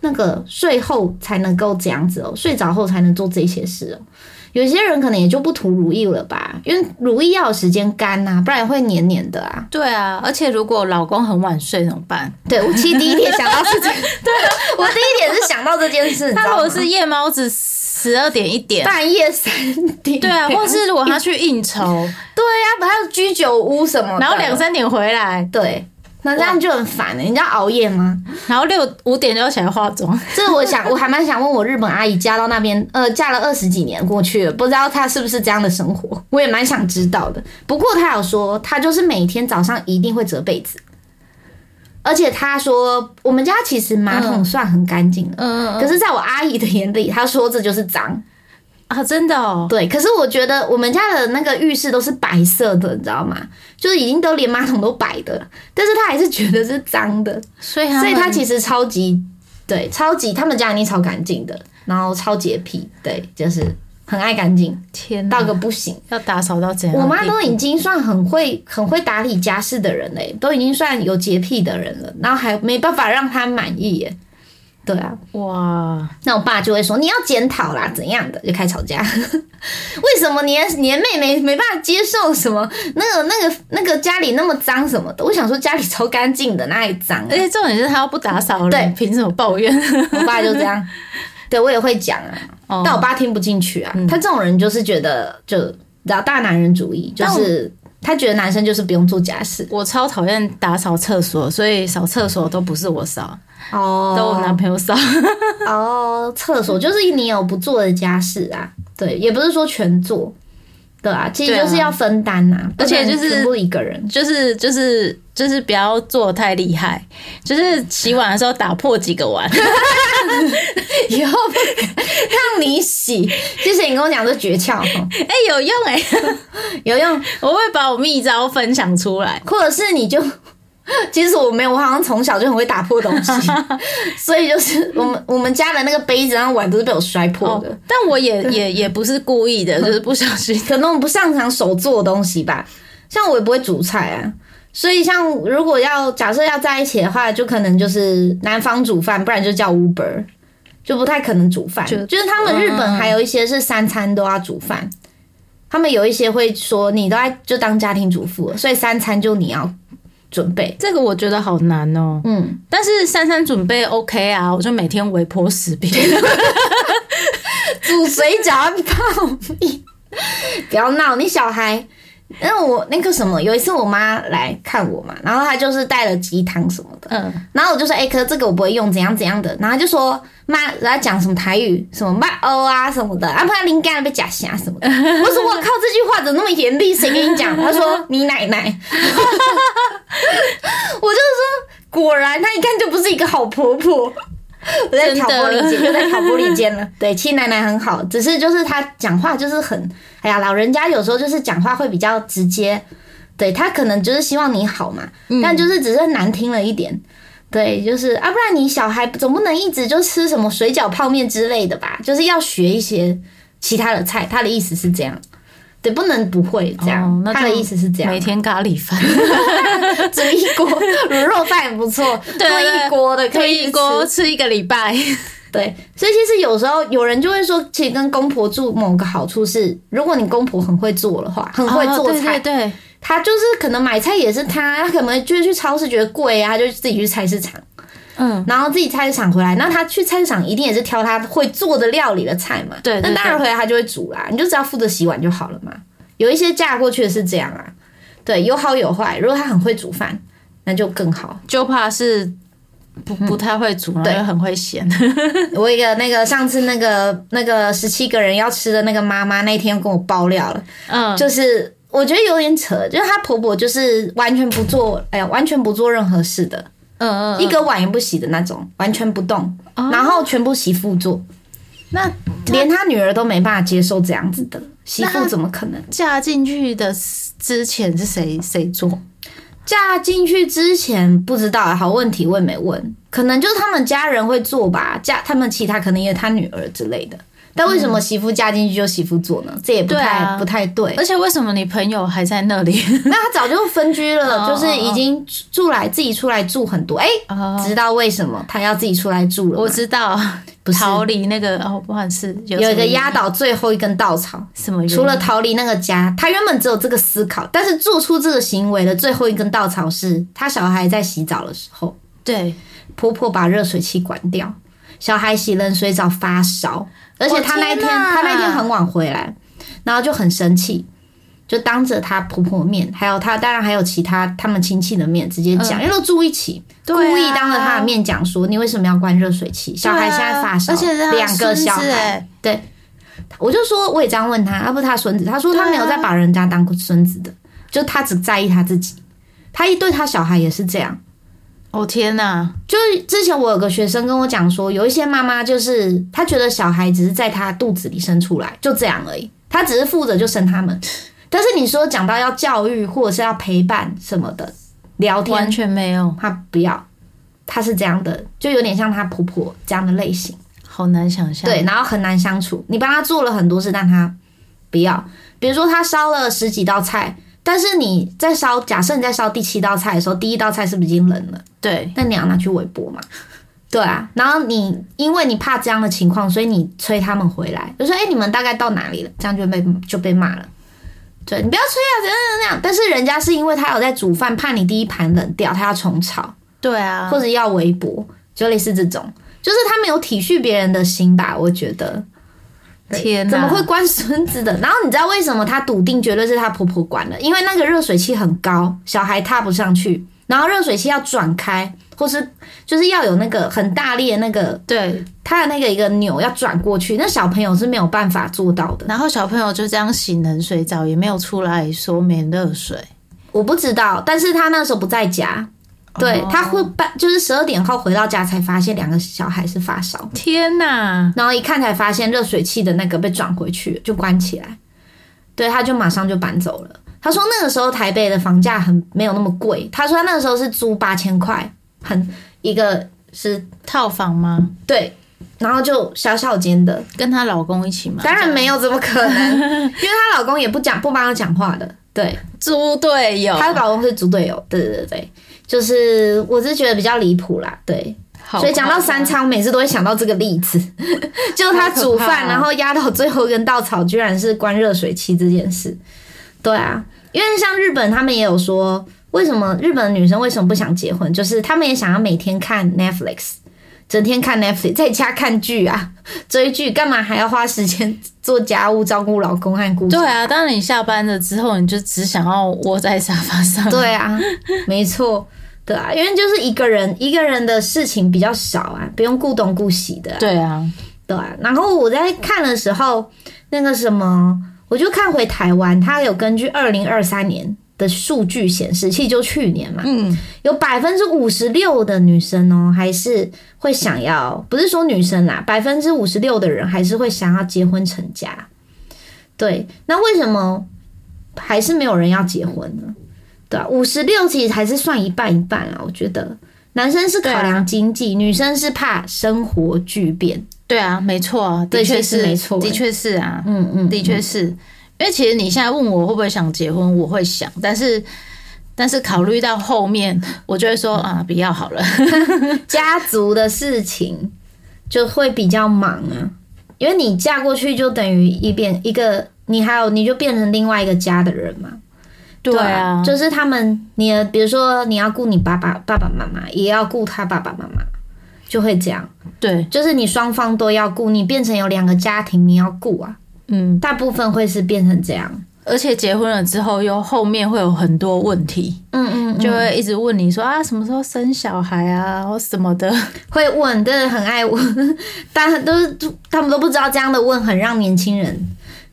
Speaker 1: 那个睡后才能够这样子哦，睡着后才能做这些事哦。有些人可能也就不涂乳液了吧，因为乳液要有时间干呐、不然也会黏黏的啊。
Speaker 2: 对啊，而且如果老公很晚睡怎么办？
Speaker 1: 对，我其实第一点想到是 这个，对啊我第一点是想到这件事，你知
Speaker 2: 他如
Speaker 1: 道
Speaker 2: 果
Speaker 1: 吗？
Speaker 2: 是夜猫子，十二点一点，
Speaker 1: 半夜三点，
Speaker 2: 对啊，或是如果他去应酬，
Speaker 1: 对啊，把他居酒屋什么的，
Speaker 2: 然后两三点回来，
Speaker 1: 对，那这样就很烦欸了、你知道熬夜吗？
Speaker 2: 然后六五点就要起来化妆，
Speaker 1: 这我想，我 还蛮想问我日本阿姨嫁到那边，呃，嫁了二十几年过去了，不知道她是不是这样的生活， 我也蛮想知道的。不过她有说，她就是每天早上一定会折被子，而且她说我们家其实马桶算很干净的，
Speaker 2: 嗯
Speaker 1: 可是在我阿姨的眼里，她说这就是脏。
Speaker 2: 啊，真的哦，
Speaker 1: 对，可是我觉得我们家的那个浴室都是白色的，你知道吗？就是已经都连马桶都白的了，但是她还是觉得是脏的。
Speaker 2: 所以
Speaker 1: 所以他
Speaker 2: 哎他
Speaker 1: 其实超级对，超级他们家一定超干净的，然后超洁癖，对，就是很爱干净
Speaker 2: 天
Speaker 1: 到
Speaker 2: 哪
Speaker 1: 个不行。
Speaker 2: 要打扫到怎样？
Speaker 1: 我妈都已经算很会很会打理家事的人嘞，都已经算有洁癖的人了，然后还没办法让她满意耶。对啊，
Speaker 2: 哇，
Speaker 1: 那我爸就会说你要检讨啦，怎样的就开始吵架。 为什么你的你的妹妹没办法接受什么那个那个那个家里那么脏什么的？我想说家里超干净的，哪里脏、啊
Speaker 2: 而？且重点是他要不打扫，
Speaker 1: 对
Speaker 2: 你凭什么抱怨？
Speaker 1: 我爸就这样，对我也会讲啊，
Speaker 2: 哦嗯
Speaker 1: 但我爸听不进去啊。他这种人就是觉得就老大男人主义，就
Speaker 2: 但我
Speaker 1: 是他觉得男生就是不用做家事
Speaker 2: 我超讨厌打扫厕所，所以扫厕所都不是我扫，
Speaker 1: 哦
Speaker 2: 都我男朋友扫。
Speaker 1: 哦，厕所就是你有不做的家事啊，对，也不是说全做，对啊，其实
Speaker 2: 对啊
Speaker 1: 就是要分担呐、
Speaker 2: 而且
Speaker 1: 不能
Speaker 2: 就是
Speaker 1: 全部一个 人。
Speaker 2: 就是就是就是不要做太厉害，就是洗碗的时候打破几个碗。
Speaker 1: 以后不敢让你洗，谢谢你跟我讲这诀窍哦，
Speaker 2: 哎、有用哎、
Speaker 1: 有用。
Speaker 2: 我会把我秘招分享出来。
Speaker 1: 或者是你就，其实我没有，我好像从小就很会打破 东西，所以就是我们我们家的那个杯子、然后碗都是被我摔破
Speaker 2: 哦
Speaker 1: 的，，
Speaker 2: 但我也也也不是故意的，就是不小心。
Speaker 1: 可能我不擅长手做的东西吧，像我也不会煮菜啊。所以，像如果要假设要在一起的话，就可能就是男方煮饭，不然就叫 Uber，就不太可能煮饭。
Speaker 2: 就嗯
Speaker 1: 就是他们日本还有一些是三餐都要煮饭，他们有一些会说你都在就当家庭主妇了，所以三餐就你要准备。
Speaker 2: 这个我觉得好难哦、
Speaker 1: 嗯，
Speaker 2: 但是珊珊准备 OK 啊，我就每天微波食品。
Speaker 1: 煮水饺泡面，不要闹，你小孩。那我那个什么，有一次我妈来看我嘛，然后她就是带了鸡汤什么的，
Speaker 2: 嗯，
Speaker 1: 然后我就说，哎、可是这个我不会用，怎样怎样的，然后她就说妈，然后讲什么台语，什么骂欧啊什么的，啊不然灵感被假瞎什么的。我说我靠，这句话怎么那么严厉？谁跟你讲？她说你奶奶。 我就说，果然她一看就不是一个好婆婆。我在挑拨离间，又在挑拨离间了。对，亲奶奶很好，只是就是她讲话就是很，哎呀，老人家有时候就是讲话会比较直接，对她可能就是希望你好嘛，但就是只是难听了一点。对，就是啊，不然你小孩总不能一直就吃什么水饺、泡面之类的吧？就是要学一些其他的菜。他的意思是这样，对，不能不会这样。
Speaker 2: 哦那就
Speaker 1: 他的意思是这样
Speaker 2: 每，天咖喱饭，
Speaker 1: 煮一锅卤肉饭也不错，
Speaker 2: 对
Speaker 1: 炖一锅的 可
Speaker 2: 可
Speaker 1: 以
Speaker 2: 以
Speaker 1: 一
Speaker 2: 一
Speaker 1: 锅
Speaker 2: 锅吃一个礼拜。
Speaker 1: 对，所以其实有时候有人就会说，其实跟公婆住某个好处是，如果你公婆很会做的话，很会
Speaker 2: 哦
Speaker 1: 做菜，
Speaker 2: 对对对，
Speaker 1: 她就是可能买菜也是她，她可能就是去超市觉得贵啊，她就自己去菜市场，
Speaker 2: 嗯，
Speaker 1: 然后自己菜市场回来，那她去菜市场一定也是挑她会做的料理的菜嘛，
Speaker 2: 对对对
Speaker 1: 那当然回来她就会煮啦，你就只要负责洗碗就好了嘛。有一些嫁过去的是这样啊，对，有好有坏。如果她很会煮饭，那就更好。
Speaker 2: 就怕是不
Speaker 1: 嗯
Speaker 2: 不太会煮，然后又很会咸。
Speaker 1: 我一个那个上次那个那个十七个人要吃的那个妈妈，那天跟我爆料了，
Speaker 2: 嗯，
Speaker 1: 就是我觉得有点扯，就是她婆婆就是完全不做，哎呀，完全不做任何事的，
Speaker 2: 嗯嗯，
Speaker 1: 一个碗也不洗的那种，完全不动，
Speaker 2: 哦
Speaker 1: 然后全部媳妇做，
Speaker 2: 那
Speaker 1: 连她女儿都没办法接受这样子的，媳妇怎么可能？
Speaker 2: 嫁进去的之前是谁谁做？
Speaker 1: 嫁进去之前不知道、好问题我也没问，可能就是他们家人会做吧，嫁他们其他可能也他女儿之类的。但为什么媳妇嫁进去就媳妇做呢？这也不
Speaker 2: 嗯对
Speaker 1: 太、
Speaker 2: 啊
Speaker 1: 不太 对。
Speaker 2: 而且为什么你朋友还在 那里？
Speaker 1: 那他早就分居了，
Speaker 2: 哦
Speaker 1: 就是已经住来自己出来住很多。哎、
Speaker 2: 哦，
Speaker 1: 知道为什么他要自己出来住了
Speaker 2: 我
Speaker 1: 吗？
Speaker 2: 知道，
Speaker 1: 不是
Speaker 2: 逃离那个哦，不管是有
Speaker 1: 有一
Speaker 2: 什么
Speaker 1: 个压倒最后一根稻草，
Speaker 2: 什么原因
Speaker 1: 除了逃离那个家，他原本只有这个思考，但是做出这个行为的最后一根稻草是他小孩在洗澡的时候，
Speaker 2: 对，
Speaker 1: 婆婆把热水器关掉，小孩洗冷水澡发烧，而且他那一天、
Speaker 2: 天哪
Speaker 1: 他那天很晚回来，然后就很生气，就当着她婆婆面，还有她当然还有其他他们亲戚的面直接
Speaker 2: 嗯
Speaker 1: 讲，因为都住一起，
Speaker 2: 对
Speaker 1: 故意
Speaker 2: 啊
Speaker 1: 当着她的面讲说你为什么要关热水器？小孩现在发烧，
Speaker 2: 啊而且是他
Speaker 1: 两个
Speaker 2: 孙
Speaker 1: 小
Speaker 2: 子
Speaker 1: 孩，
Speaker 2: 欸
Speaker 1: 对，我就说我也这样问他，他不是他孙子，他说
Speaker 2: 对啊
Speaker 1: 他没有在把人家当孙子的，就他只在意他自己，他一对他小孩也是这样。
Speaker 2: 哦天哪，
Speaker 1: 就是之前我有个学生跟我讲说，有一些妈妈就是她觉得小孩只是在她肚子里生出来，就这样而已，她只是负责就生他们。但是你说讲到要教育或者是要陪伴什么的，聊
Speaker 2: 完
Speaker 1: 天
Speaker 2: 全没有，
Speaker 1: 她不要，她是这样的，就有点像她婆婆这样的类型。
Speaker 2: 好难想象。
Speaker 1: 对，然后很难相处。你帮他做了很多事，但他不要。比如说，他烧了十几道菜，但是你在烧，假设你在烧第七道菜的时候，第一道菜是不是已经冷了？
Speaker 2: 对
Speaker 1: 那你要拿去微波嘛？对啊，然后你因为你怕这样的情况，所以你催他们回来，就说：“哎、你们大概到哪里了？”这样就被就被骂了。对你不要催啊，怎样怎样怎样。但是人家是因为他有在煮饭，怕你第一盘冷掉，他要重炒。
Speaker 2: 对啊，
Speaker 1: 或者要微博，就类似这种，就是他没有体恤别人的心吧？我觉得对
Speaker 2: 天哪，
Speaker 1: 怎么会关孙子的？然后你知道为什么她笃定绝对是她婆婆管的？因为那个热水器很高，小孩踏不上去，然后热水器要转开，或是就是要有那个很大力的那个
Speaker 2: 对？
Speaker 1: 它的那个一个钮要转过去，那小朋友是没有办法做到的。
Speaker 2: 然后小朋友就这样洗冷水澡，也没有出来说没热水。
Speaker 1: 我不知道，但是他那时候不在家。对
Speaker 2: 哦，
Speaker 1: 他会半就是十二点后回到家才发现两个小孩是发烧，
Speaker 2: 天哪，
Speaker 1: 嗯然后一看才发现热水器的那个被转回去，就关起来。对，他就马上就搬走了。他说那个时候台北的房价很没有那么贵，他说他那个时候是租八千块，很一个是
Speaker 2: 套房吗？
Speaker 1: 对，然后就小小间的，
Speaker 2: 跟她老公一起吗？
Speaker 1: 当然没有，怎么可能？因为她老公也不讲不帮她讲话的，对，
Speaker 2: 猪队友，
Speaker 1: 她老公是猪队友，对对对对，就是我是觉得比较离谱啦，对，
Speaker 2: 好
Speaker 1: 所以讲到三餐，我每次都会想到这个例子， 就他煮
Speaker 2: 好可怕
Speaker 1: 饭，
Speaker 2: 哦
Speaker 1: 然后压到最后一根稻草，居然是关热水器这件事。对啊，因为像日本，他们也有说，为什么日本的女生为什么不想结婚，就是他们也想要每天看 Netflix，整天看 Netflix，在家看剧啊， 追剧，干嘛还要花时间做家务、照顾老公和姑
Speaker 2: 对啊，当你下班了之后，你就只想要窝在沙发上。
Speaker 1: 对啊，没错，对啊，因为就是一个人一个人的事情比较少啊，不用顾东顾西的啊、
Speaker 2: 对啊，
Speaker 1: 对啊、然后我在看的时候，那个什么，我就看回台湾，它有根据二零二三年的数据显示，其实就去年嘛，
Speaker 2: 嗯，
Speaker 1: 有百分之五十六的女生哦，还是会想要，不是说女生啦，百分之五十六的人还是会想要结婚成家。对，那为什么还是没有人要结婚呢？对啊，五十六其实还是算一半一半啊，我觉得男生是考
Speaker 2: 对啊
Speaker 1: 量经济，女生是怕生活巨变。
Speaker 2: 对啊，没错啊，的
Speaker 1: 对
Speaker 2: 确
Speaker 1: 其实
Speaker 2: 是，
Speaker 1: 没错
Speaker 2: 的确是啊，
Speaker 1: 嗯嗯，
Speaker 2: 的确是。因为其实你现在问我会不会想结婚，我会想，但是但是考虑到后面，我就会说啊，不要好了。
Speaker 1: 家族的事情就会比较忙啊，因为你嫁过去就等于一变一个，你还有你就变成另外一个家的人嘛。
Speaker 2: 啊，
Speaker 1: 就是他们，你的比如说你要顾你爸爸爸爸妈妈，也要顾他爸爸妈妈，就会这样，
Speaker 2: 对，
Speaker 1: 就是你双方都要顾，你变成有两个家庭，你要顾啊，
Speaker 2: 嗯，
Speaker 1: 大部分会是变成这样。
Speaker 2: 而且结婚了之后，又后面会有很多问题，
Speaker 1: 嗯嗯，
Speaker 2: 就会一直问你说啊，什么时候生小孩啊，或什么的。
Speaker 1: 会问，真的很爱问， 但都是他们都不知道这样的问很让年轻人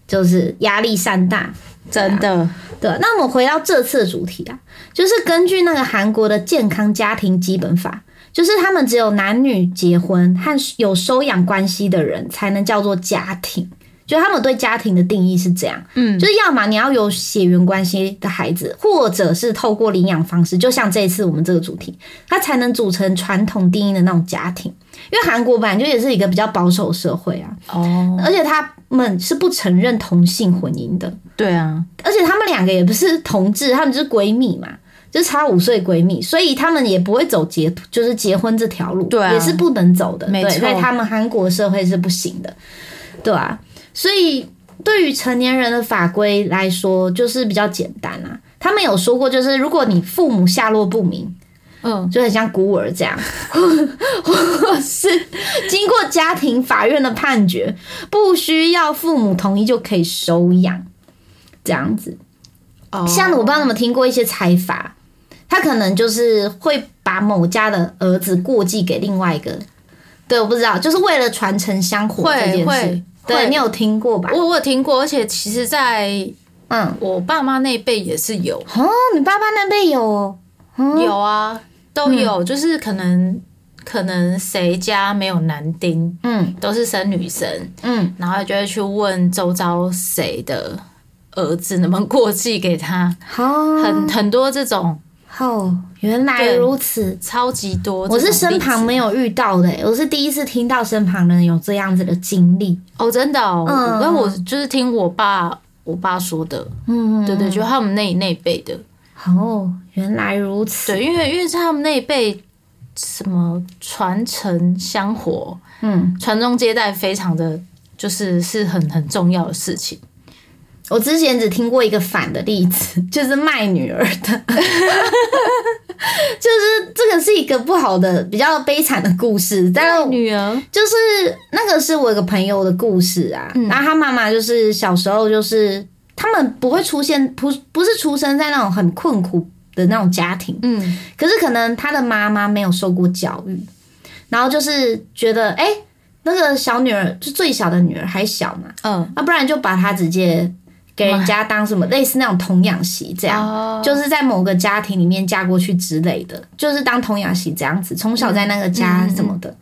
Speaker 1: 就是压力山大。
Speaker 2: 真的，
Speaker 1: 对，那我们回到这次的主题啊，就是根据那个韩国的健康家庭基本法，就是他们只有男女结婚和有收养关系的人才能叫做家庭，就他们对家庭的定义是这样，
Speaker 2: 嗯，
Speaker 1: 就是要么你要有血缘关系的孩子，或者是透过领养方式，就像这一次我们这个主题，它才能组成传统定义的那种家庭。因为韩国本来就也是一个比较保守社会啊，
Speaker 2: 哦，
Speaker 1: 而且他们是不承认同性婚姻的。
Speaker 2: 对啊，
Speaker 1: 而且她们两个也不是同志，她们就是闺蜜嘛，就是差五岁闺蜜，所以她们也不会走结就是结婚这条路，
Speaker 2: 对啊
Speaker 1: 也是不能走的，
Speaker 2: 没
Speaker 1: 对，
Speaker 2: 错
Speaker 1: 在他们韩国社会是不行的，对啊，所以对于成年人的法规来说，就是比较简单啊。他们有说过，就是如果你父母下落不明，
Speaker 2: 嗯，
Speaker 1: 就很像孤儿这样， 或或是经过家庭法院的判决，不需要父母同意就可以收养，这样子。
Speaker 2: 哦
Speaker 1: 像我不知道你们听过一些财阀，他可能就是会把某家的儿子过继给另外一个，对，我不知道，就是为了传承香火
Speaker 2: 会
Speaker 1: 这件事
Speaker 2: 会。
Speaker 1: 对
Speaker 2: 会
Speaker 1: 你有听过吧？
Speaker 2: 我我有听过，而且其实在
Speaker 1: 嗯，
Speaker 2: 我爸妈那一辈也是有，
Speaker 1: 哦，你爸爸那边有哦，
Speaker 2: 有啊，都有，
Speaker 1: 嗯
Speaker 2: 就是可能可能谁家没有男丁，
Speaker 1: 嗯
Speaker 2: 都是生女生，
Speaker 1: 嗯，
Speaker 2: 然后就会去问周遭谁的儿子能不能过继给他，
Speaker 1: 哦，
Speaker 2: 很很多这种
Speaker 1: 哦，原来
Speaker 2: 对
Speaker 1: 如此。
Speaker 2: 超级多这
Speaker 1: 我
Speaker 2: 种例子。
Speaker 1: 是身旁没有遇到的、我是第一次听到身旁人有这样子的经历。
Speaker 2: 哦，真的哦，
Speaker 1: 嗯
Speaker 2: 因为我就是听我爸我爸说的，
Speaker 1: 嗯，
Speaker 2: 对对，就他们那那一辈的，
Speaker 1: 哦，原来如此。
Speaker 2: 对，因为因为是他们那一辈。什么传承香火，
Speaker 1: 嗯，
Speaker 2: 传宗接代非常的就是是很很重要的事情。
Speaker 1: 我之前只听过一个反的例子， 就是卖女儿的， 就是这个是一个不好的、比较悲惨的故事，但是
Speaker 2: 女儿
Speaker 1: 就是那个是我有个朋友的故事啊，然后他妈妈就是小时候就是他们不会出现不不是出生在那种很困苦的那种家庭，
Speaker 2: 嗯，
Speaker 1: 可是可能他的妈妈没有受过教育，然后就是觉得哎、诶那个小女儿就最小的女儿还小嘛，
Speaker 2: 嗯，
Speaker 1: 啊，不然就把她直接给人家当什么类似那种童养媳这样，
Speaker 2: 哦
Speaker 1: 就是在某个家庭里面嫁过去之类的，就是当童养媳这样子，从小在那个家什么的。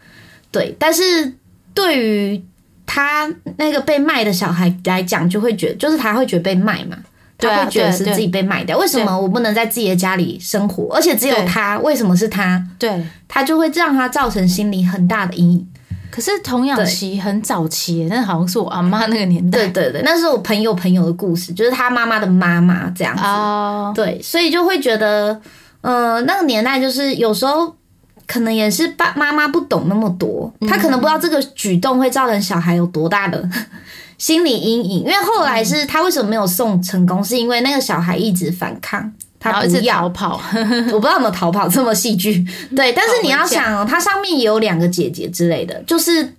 Speaker 1: 对，但是对于他那个被卖的小孩来讲，就会觉得就是他会觉得被卖嘛。
Speaker 2: 对啊
Speaker 1: 他会觉得是
Speaker 2: 对对
Speaker 1: 自己被卖掉，为什么我不能在自己的家里生活？而且只有
Speaker 2: 对
Speaker 1: 他，为什么是他？
Speaker 2: 对。
Speaker 1: 他就会让他造成心理很大的阴影。
Speaker 2: 可是童养媳很早期耶，那好像是我阿妈那个年代
Speaker 1: 对对对，那是我朋友朋友的故事，就是他妈妈的妈妈这样子。
Speaker 2: 啊。
Speaker 1: 对，所以就会觉得，呃，那个年代就是有时候可能也是爸妈妈不懂那么多，
Speaker 2: 嗯
Speaker 1: 他可能不知道这个举动会造成小孩有多大的 心理阴影。因为后来
Speaker 2: 嗯
Speaker 1: 是他为什么没有送成功，是因为那个小孩一直反抗，
Speaker 2: 然
Speaker 1: 他
Speaker 2: 后一
Speaker 1: 不
Speaker 2: 直逃
Speaker 1: 要。
Speaker 2: 跑，
Speaker 1: 我不知道有没有逃跑这么戏剧，对。但是你要想哦，他上面也有两个姐姐之类的，就是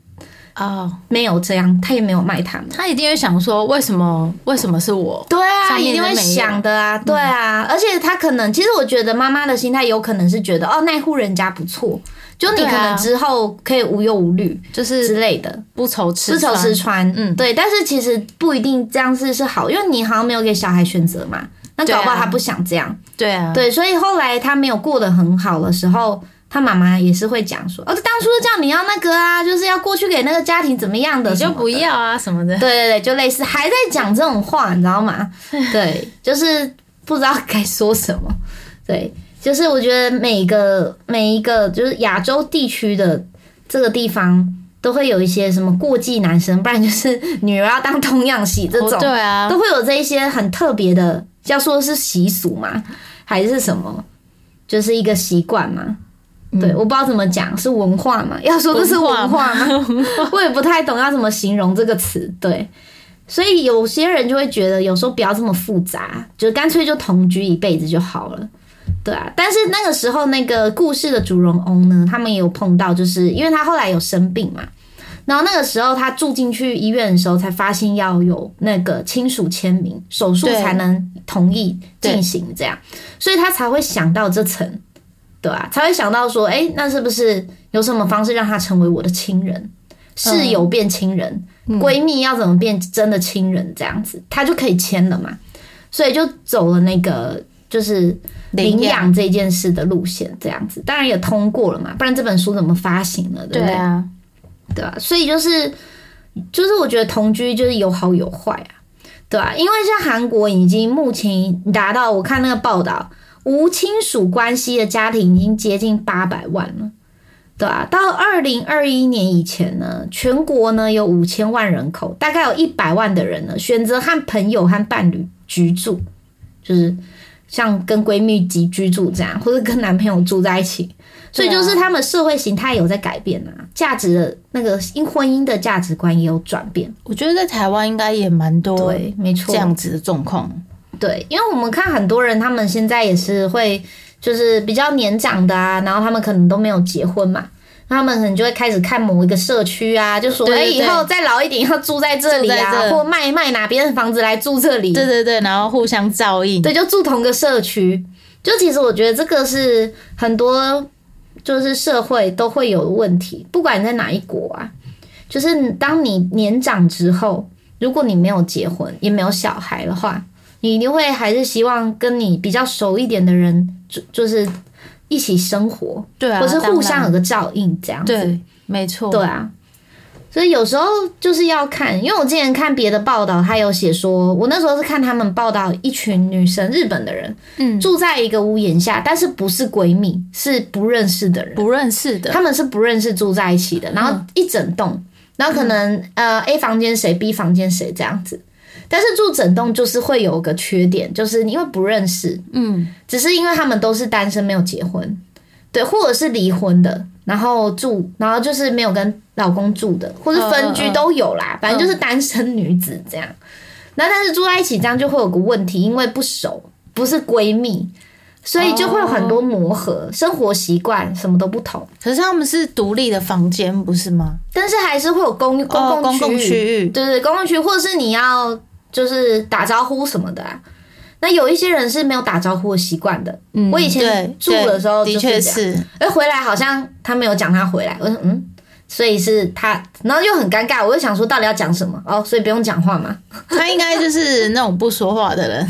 Speaker 2: 哦，
Speaker 1: 没有这样，他也没有卖他们。
Speaker 2: 他一定会想说，为什么为什么是我？
Speaker 1: 对啊，
Speaker 2: 上面
Speaker 1: 一定
Speaker 2: 都
Speaker 1: 会
Speaker 2: 没有
Speaker 1: 想的啊，
Speaker 2: 嗯
Speaker 1: 对啊，而且他可能，其实我觉得妈妈的心态有可能是觉得，哦，那户人家不错，就你
Speaker 2: 对啊
Speaker 1: 可能之后可以无忧无虑
Speaker 2: 就是
Speaker 1: 之类的，
Speaker 2: 不愁吃
Speaker 1: 不愁
Speaker 2: 啊穿
Speaker 1: 吃穿，嗯，对。但是其实不一定这样是是好，因为你好像没有给小孩选择嘛，那
Speaker 2: 对啊
Speaker 1: 搞不好他不想这样，
Speaker 2: 对啊，
Speaker 1: 对，所以后来他没有过得很好的时候，他妈妈也是会讲说，哦，当初叫你要那个啊，就是要过去给那个家庭怎么样的，
Speaker 2: 你就不
Speaker 1: 要。
Speaker 2: 要啊什 么的。
Speaker 1: 对对对，就类似还在讲这种话，你知道 吗？对，就是不知道该说什么。对，就是我觉得每个每一个就是亚洲地区的这个地方都会有一些什么过继男生，不然就是女儿要当童养媳这
Speaker 2: 哦
Speaker 1: 种，
Speaker 2: 对啊，
Speaker 1: 都会有这一些很特别的，要说是习俗嘛，还是什么，就是一个习惯嘛。对，
Speaker 2: 嗯
Speaker 1: 我不知道怎么讲，是文化嘛？要说这是文化吗？我也不太懂要怎么形容这个词。对，所以有些人就会觉得，有时候不要这么复杂，就干脆就同居一辈子就好了。对啊，但是那个时候那个故事的主人翁呢，他们也有碰到，就是因为他后来有生病嘛，然后那个时候他住进去医院的时候，才发现要有那个亲属签名，手术
Speaker 2: 对
Speaker 1: 才能同意进行这样，所以他才会想到这层，对啊，才会想到说，哎、那是不是有什么方式让他成为我的亲人，室友变亲人，闺、蜜要怎么变真的亲人这样子，他就可以签了嘛，所以就走了那个就是 领养这件事的路线，这样子，当然也通过了嘛，不然这本书怎么发行了，对不对？
Speaker 2: 对啊，
Speaker 1: 对吧、所以就是就是我觉得同居就是有好有坏啊，对吧、因为像韩国已经目前达到我看那个报道，无亲属关系的家庭已经接近八百万了。对啊，到二零二一年以前呢，全国呢有五千万人口，大概有一百万的人呢选择和朋友和伴侣居住，就是像跟闺蜜集居住这样，或者跟男朋友住在一起。所以就是他们社会形态有在改变啊，价值的那个因婚姻的价值观也有转变。
Speaker 2: 我觉得在台湾应该也蛮多
Speaker 1: 对，没
Speaker 2: 这
Speaker 1: 错，
Speaker 2: 样子的状况。
Speaker 1: 对，因为我们看很多人，他们现在也是会就是比较年长的啊，然后他们可能都没有结婚嘛，他们可能就会开始看某一个社区啊，就说哎、
Speaker 2: 对对
Speaker 1: 以
Speaker 2: 对
Speaker 1: 后再老一点要住在这里
Speaker 2: 住在
Speaker 1: 啊，
Speaker 2: 这
Speaker 1: 或卖一卖哪边的房子来住这里，啊
Speaker 2: 对对对，然后互相照应，
Speaker 1: 对，就住同个社区。就其实我觉得这个是很多就是社会都会有的问题，不管你在哪一国啊，就是当你年长之后，如果你没有结婚也没有小孩的话，你一定会还是希望跟你比较熟一点的人，就就是一起生活，
Speaker 2: 对啊，
Speaker 1: 或是互相
Speaker 2: 当
Speaker 1: 有个照应这样
Speaker 2: 然
Speaker 1: 子。
Speaker 2: 对，没错，
Speaker 1: 对啊，所以有时候就是要看，因为我之前看别的报道，他有写说，我那时候是看他们报道一群女生，日本的人，
Speaker 2: 嗯，
Speaker 1: 住在一个屋檐下，但是不是闺蜜，是不认识的人，
Speaker 2: 不认识的，
Speaker 1: 他们是不认识住在一起的，然后一整栋，然后可能、呃 A 房间谁，B 房间谁这样子。但是住整栋就是会有个缺点，就是因为不认识，
Speaker 2: 嗯，
Speaker 1: 只是因为他们都是单身，没有结婚，对，或者是离婚的，然后住，然后就是没有跟老公住的，或是分居
Speaker 2: 嗯嗯嗯嗯
Speaker 1: 都有啦，反正就是单身女子这样。那但是住在一起这样就会有个问题，因为不熟，不是闺蜜，所以就会有很多磨合，生活习惯什么都不同，
Speaker 2: 可是他们是独立的房间，不是吗？
Speaker 1: 但是还是会有公
Speaker 2: 哦
Speaker 1: 公
Speaker 2: 公
Speaker 1: 共
Speaker 2: 共
Speaker 1: 区域，
Speaker 2: 区域，
Speaker 1: 对对，公共区，或者是你要就是打招呼什么的、啊。那有一些人是没有打招呼的习惯的，
Speaker 2: 嗯
Speaker 1: 我以前
Speaker 2: 对
Speaker 1: 住的时候
Speaker 2: 对的
Speaker 1: 就是
Speaker 2: 确
Speaker 1: 这样
Speaker 2: 是，
Speaker 1: 而回来好像他没有讲他回来，我说嗯，所以是他，然后又很尴尬，我就想说到底要讲什么哦，所以不用讲话嘛。
Speaker 2: 他应该就是那种不说话的人，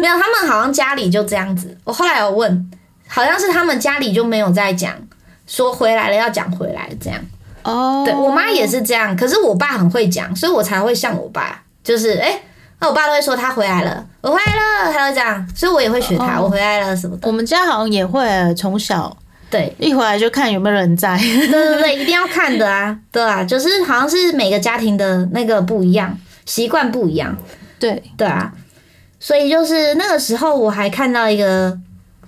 Speaker 1: 没有，他们好像家里就这样子。我后来有问，好像是他们家里就没有在讲，说回来了要讲回来这样。
Speaker 2: 哦，
Speaker 1: 对我妈也是这样，可是我爸很会讲，所以我才会像我爸，就是哎。那我爸都会说他回来了，我回来了，他会这样，所以我也会学他，
Speaker 2: 哦
Speaker 1: 我回来了什么的。
Speaker 2: 我们家好像也会啊从小
Speaker 1: 对，
Speaker 2: 一回来就看有没有人在，
Speaker 1: 对对对，一定要看的啊，对啊，就是好像是每个家庭的那个不一样，习惯不一样，
Speaker 2: 对，
Speaker 1: 对啊，所以就是那个时候我还看到一个，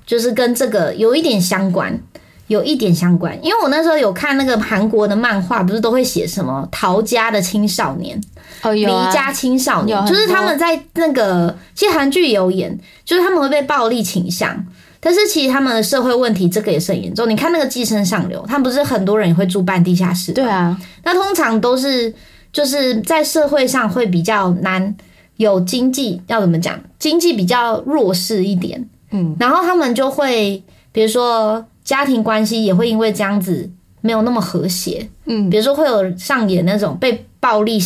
Speaker 1: 就是跟这个有一点相关，有一点相关，因为我那时候有看那个韩国的漫画，不是都会写什么逃家的青少年、
Speaker 2: 哦
Speaker 1: 离
Speaker 2: 有啊，
Speaker 1: 家青少
Speaker 2: 有
Speaker 1: 年，
Speaker 2: 很
Speaker 1: 就是他
Speaker 2: 多
Speaker 1: 们在那个，其实韩剧也有演，就是他们会被暴力倾向。但是其实他们的社会问题，这个也是很严重。你看那个《寄生上流》，他们不是很多人也会住半地下室吗
Speaker 2: 对啊，
Speaker 1: 那通常都是就是在社会上会比较难有经济，要怎么讲？经济比较弱势一点，
Speaker 2: 嗯，
Speaker 1: 然后他们就会，比如说家庭关系也会因为这样子没有那么和谐，
Speaker 2: 嗯，
Speaker 1: 比如说会有上演那种被暴力、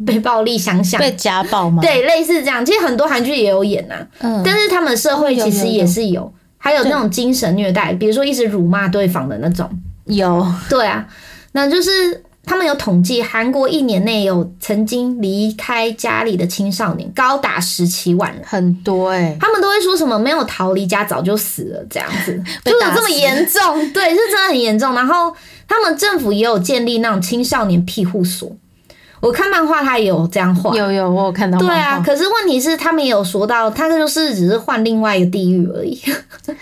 Speaker 1: 被暴力相向，
Speaker 2: 被家暴嘛，，
Speaker 1: 对，类似这样。其实很多韩剧也有演呐、
Speaker 2: 嗯，
Speaker 1: 但是他们社会其实也是有，还有那种精神虐待，比如说一直辱骂对方的那种。
Speaker 2: 有，
Speaker 1: 对啊，那就是他们有统计，韩国一年内有曾经离开家里的青少年高达十七万人。
Speaker 2: 很多哎、
Speaker 1: 他们都会说什么没有逃离家早就死了这样子，就
Speaker 2: 被
Speaker 1: 有
Speaker 2: 打
Speaker 1: 这么
Speaker 2: 死
Speaker 1: 严重？对，是真的很严重。然后他们政府也有建立那种青少年庇护所，我看漫画他也有这样画，
Speaker 2: 有有，我有看到。
Speaker 1: 对啊，，可是问题是，他们也有说到，他就是只是换另外一个地域而已。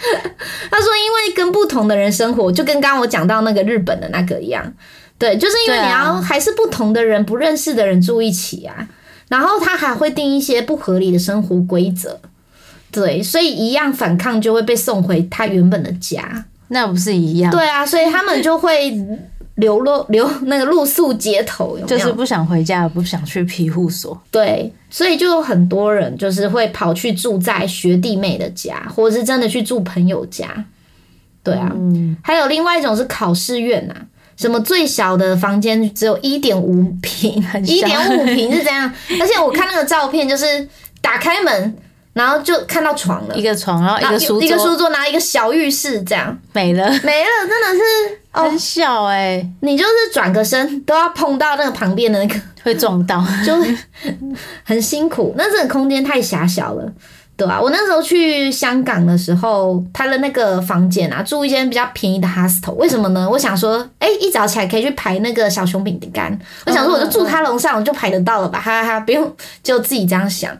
Speaker 1: 他说，因为跟不同的人生活，就跟刚刚我讲到那个日本的那个一样，对，就是因为
Speaker 2: 对
Speaker 1: 你
Speaker 2: 啊
Speaker 1: 要还是不同的人、不认识的人住一起啊，然后他还会定一些不合理的生活规则，对，所以一样反抗就会被送回他原本的家。
Speaker 2: 那不是一样，
Speaker 1: 对啊，所以他们就会流落流那个露宿街头，有没有？
Speaker 2: 就是不想回家，不想去庇护所。
Speaker 1: 对，所以就有很多人就是会跑去住在学弟妹的家，或者是真的去住朋友家。对啊，
Speaker 2: 嗯，
Speaker 1: 还有另外一种是考试院呐、什么最小的房间只有一点五平，一
Speaker 2: 小
Speaker 1: 点五平是这样。 而且我看那个照片，就是打开门，然后就看到床了
Speaker 2: 一，个床，然后一
Speaker 1: 然
Speaker 2: 个
Speaker 1: 后
Speaker 2: 书
Speaker 1: 啊一个
Speaker 2: 桌
Speaker 1: 书桌，拿一个小浴室这样，
Speaker 2: 没了，
Speaker 1: 没了，真的是哦，
Speaker 2: 很小哎，
Speaker 1: 你就是转个身都要碰到那个旁边的那个
Speaker 2: 会 撞到。
Speaker 1: 就是很辛苦。那这个空间太狭小了，对啊，我那时候去香港的时候，他的那个房间啊，住一间比较便宜的 hostel，为什么呢？我想说，哎、一早起来可以去排那个小熊饼干，我想说我就住他楼上，我就排得到了吧，哈哈哈，不用就自己这样想。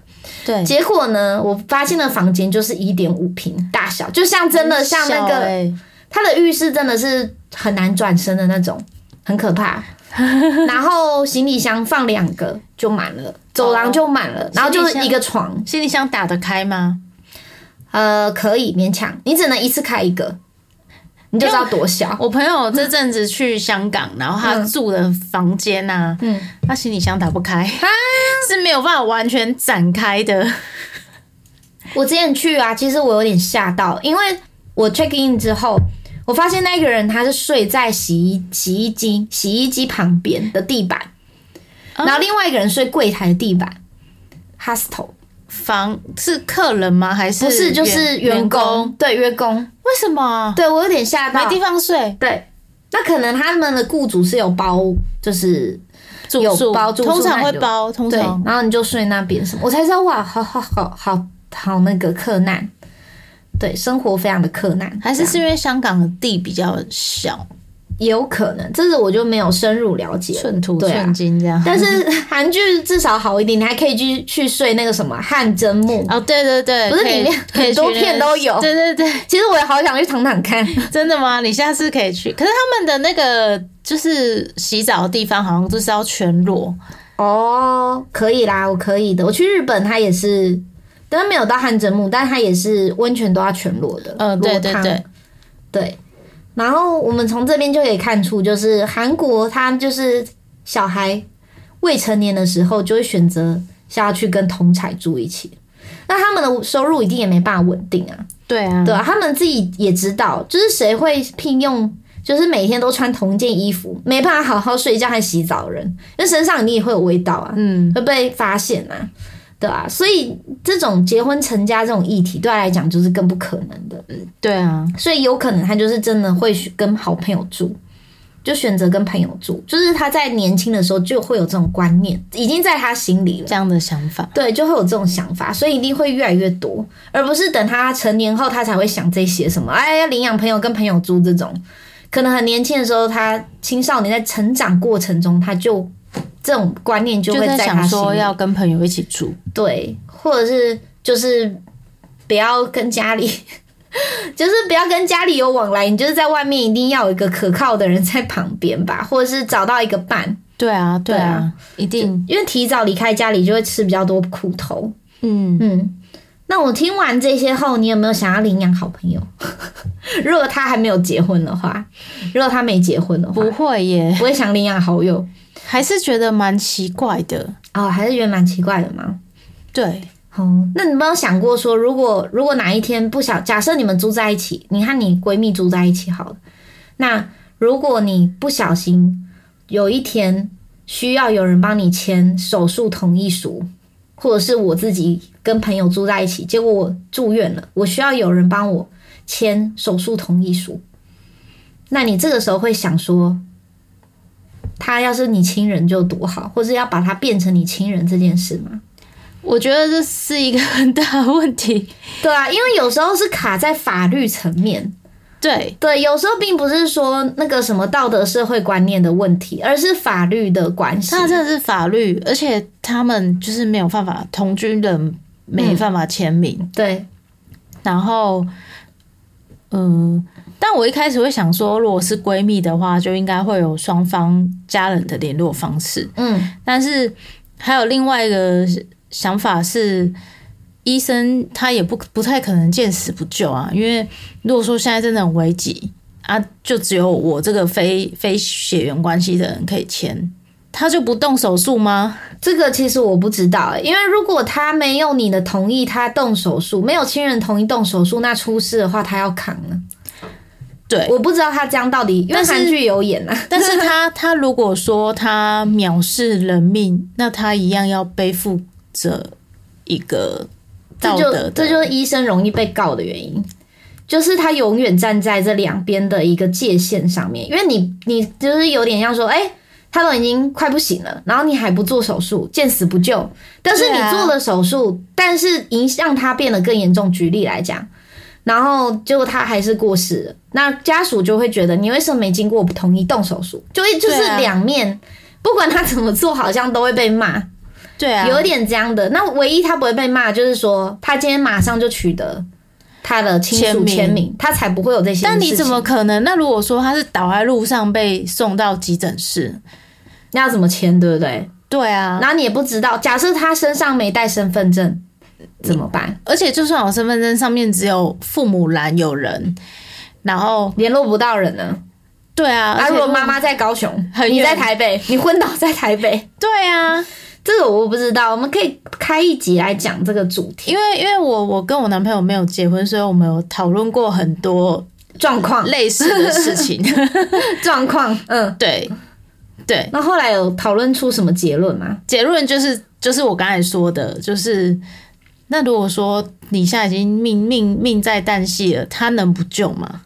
Speaker 2: 对，
Speaker 1: 结果呢，我发现的房间就是一点五平大小，就像真的像那
Speaker 2: 很小
Speaker 1: 个
Speaker 2: 欸
Speaker 1: 他的浴室真的是很难转身的那种，很可 怕。然后行李箱放两个就满了，走廊就满了，然后就是一个床，
Speaker 2: 行李箱打得开吗？
Speaker 1: 呃，可以勉强，你只能一次开一个，你就知道多小。
Speaker 2: 我朋友这阵子去香港，然后
Speaker 1: 嗯
Speaker 2: 他住的房间呐、啊，嗯，他行李箱打不开，
Speaker 1: 啊
Speaker 2: 是没有办法完全展开的。
Speaker 1: 我之前去啊，其实我有点吓到，因为我 check in 之后，我发现那个人他是睡在洗衣洗衣机洗衣机旁边的地板，然后另外一个人睡柜台的地板，hostel
Speaker 2: 房是客人吗？还是
Speaker 1: 不是就是员工？对员工，
Speaker 2: 为什么？
Speaker 1: 对我有点吓
Speaker 2: 没
Speaker 1: 到
Speaker 2: 地。方睡，
Speaker 1: 对，那可能他们的雇主是有包，就是
Speaker 2: 住
Speaker 1: 有
Speaker 2: 宿
Speaker 1: 包住宿
Speaker 2: 通常
Speaker 1: 那
Speaker 2: 会
Speaker 1: 就
Speaker 2: 包，通
Speaker 1: 对
Speaker 2: 常，
Speaker 1: 然后你就睡那边什么，我才知道哇，好好好好好那个克难，对，生活非常的克难，
Speaker 2: 还
Speaker 1: 这
Speaker 2: 是
Speaker 1: 样
Speaker 2: 是因为香港的地比较小，
Speaker 1: 也有可能，这是我就没有深入了解了，
Speaker 2: 寸土
Speaker 1: 对啊
Speaker 2: 寸。金这样。
Speaker 1: 但是韩剧至少好一点，你还可以去去睡那个什么汗蒸木。
Speaker 2: 哦，对对对，
Speaker 1: 不是
Speaker 2: 可以
Speaker 1: 里面
Speaker 2: 可以
Speaker 1: 很多
Speaker 2: 去那
Speaker 1: 片都有
Speaker 2: 对对对，
Speaker 1: 其实我也好想去躺躺看，
Speaker 2: 真的吗？你下次可以去。可是他们的那个就是洗澡的地方，好像就是要全裸。
Speaker 1: 哦，可以啦，我可以的。我去日本，它也是，但是没有到汗蒸木，但它也是温泉都要全裸的，
Speaker 2: 嗯、对
Speaker 1: 裸
Speaker 2: 对
Speaker 1: 汤
Speaker 2: 对，
Speaker 1: 对，然后我们从这边就可以看出，就是韩国他就是小孩未成年的时候就会选择想要去跟同才住一起，那他们的收入一定也没办法稳定啊，
Speaker 2: 对啊，
Speaker 1: 对啊，他们自己也知道，就是谁会聘用。就是每天都穿同一件衣服，没办法好好睡觉和洗澡的人，那身上你也会有味道啊。
Speaker 2: 嗯，
Speaker 1: 会被发现啊，对啊，所以这种结婚成家这种议题对他来讲就是更不可能的，
Speaker 2: 对啊，
Speaker 1: 所以有可能他就是真的会选跟好朋友住，就选择跟朋友住，就是他在年轻的时候就会有这种观念，已经在他心里了。
Speaker 2: 这样的想法。
Speaker 1: 对，就会有这种想法，所以一定会越来越多，而不是等他成年后他才会想这些什么，哎，要领养朋友跟朋友住这种。可能很年轻的时候，他青少年在成长过程中，他就这种观念就
Speaker 2: 就
Speaker 1: 会
Speaker 2: 在
Speaker 1: 他
Speaker 2: 想
Speaker 1: 心
Speaker 2: 说
Speaker 1: 里
Speaker 2: 要跟朋友一起住，
Speaker 1: 对，或者是就是不要跟家里， 就是不要跟家里有往来，你就是在外面一定要有一个可靠的人在旁边吧，或者是找到一个伴，
Speaker 2: 对啊，对
Speaker 1: 对
Speaker 2: 啊
Speaker 1: 啊，
Speaker 2: 一定，
Speaker 1: 因为提早离开家里就会吃比较多苦头。
Speaker 2: 嗯，
Speaker 1: 嗯，那我听完这些后，你有没有想要领养好朋友？ 如果他还没有结婚的话，如果他没结婚的话，
Speaker 2: 不会耶，
Speaker 1: 我也想领养好友
Speaker 2: 还是觉得蛮奇怪的，
Speaker 1: 哦，还是觉得蛮奇怪的嘛。
Speaker 2: 对，
Speaker 1: 哦，那你有没有想过说，如果如果哪一天不小，假设你们住在一起，你和你闺蜜住在一起好了，那如果你不小心有一天需要有人帮你签手术同意书，或者是我自己跟朋友住在一起，结果我住院了，我需要有人帮我签手术同意书，那你这个时候会想说，他要是你亲人就多好，或是要把他变成你亲人这件事吗？
Speaker 2: 我觉得这是一个很大的问题，
Speaker 1: 对啊，因为有时候是卡在法律层面，
Speaker 2: 对，
Speaker 1: 对，有时候并不是说那个什么道德社会观念的问题，而是法律的关系。
Speaker 2: 那真的是法律，而且他们就是没有办法同居人没办法签名，
Speaker 1: 对，
Speaker 2: 然后，嗯，但我一开始会想说，如果是闺蜜的话，就应该会有双方家人的联络方式。
Speaker 1: 嗯，
Speaker 2: 但是还有另外一个想法是，医生他也不不太可能见死不救啊，因为如果说现在真的很危急啊，就只有我这个非非血缘关系的人可以签，他就不动手术 吗？
Speaker 1: 这个其实我不知道、因为如果他没有你的同意，他动手术，没有亲人同意动手术，那出事的话他要扛了。
Speaker 2: 对，
Speaker 1: 我不知道他这样到底，因为
Speaker 2: 但是
Speaker 1: 韩剧有演啊。
Speaker 2: 但是他他如果说他藐视人命，那他一样要背负着一个
Speaker 1: 这
Speaker 2: 道
Speaker 1: 就
Speaker 2: 德的
Speaker 1: 这就是医生容易被告的原因，就是他永远站在这两边的一个界限上面，因为你你就是有点像说，哎、他都已经快不行了，然后你还不做手术，见死不救。但是
Speaker 2: 对啊
Speaker 1: 你做了手术，但是影让他变得更严重。举例来讲，然后结果他还是过世了，那家属就会觉得你为什么没经过我同意动手术？就会就是
Speaker 2: 对啊
Speaker 1: 两面，不管他怎么做，好像都会被骂。
Speaker 2: 对啊，
Speaker 1: 有点这样的。那唯一他不会被骂，就是说他今天马上就取得他的亲
Speaker 2: 签
Speaker 1: 属
Speaker 2: 名
Speaker 1: 签名，他才不会有这些事情。
Speaker 2: 但你怎么可能？那如果说他是倒在路上被送到急诊室，
Speaker 1: 那要怎么签，对不对？
Speaker 2: 对啊，
Speaker 1: 然后你也不知道，假设他身上没带身份证怎么办？
Speaker 2: 而且就算我身份证上面只有父母栏有人，然后
Speaker 3: 联络不到人呢。
Speaker 2: 对啊，
Speaker 3: 啊，
Speaker 2: 而且
Speaker 3: 如果妈妈在高雄，
Speaker 2: 很
Speaker 3: 你
Speaker 2: 远
Speaker 3: 在台北，你昏倒在台北，
Speaker 2: 对啊，
Speaker 1: 这个我不知道，我们可以开一集来讲这个主题
Speaker 2: 因为因为我我跟我男朋友没有结婚，所以我们有讨论过很多
Speaker 1: 状况
Speaker 2: 类似的事情。
Speaker 1: 状况。嗯，
Speaker 2: 对对，
Speaker 1: 那后来有讨论出什么结论吗？
Speaker 2: 结论就是就是我刚才说的，就是那如果说你现在已经命命命在旦夕了，他能不救吗？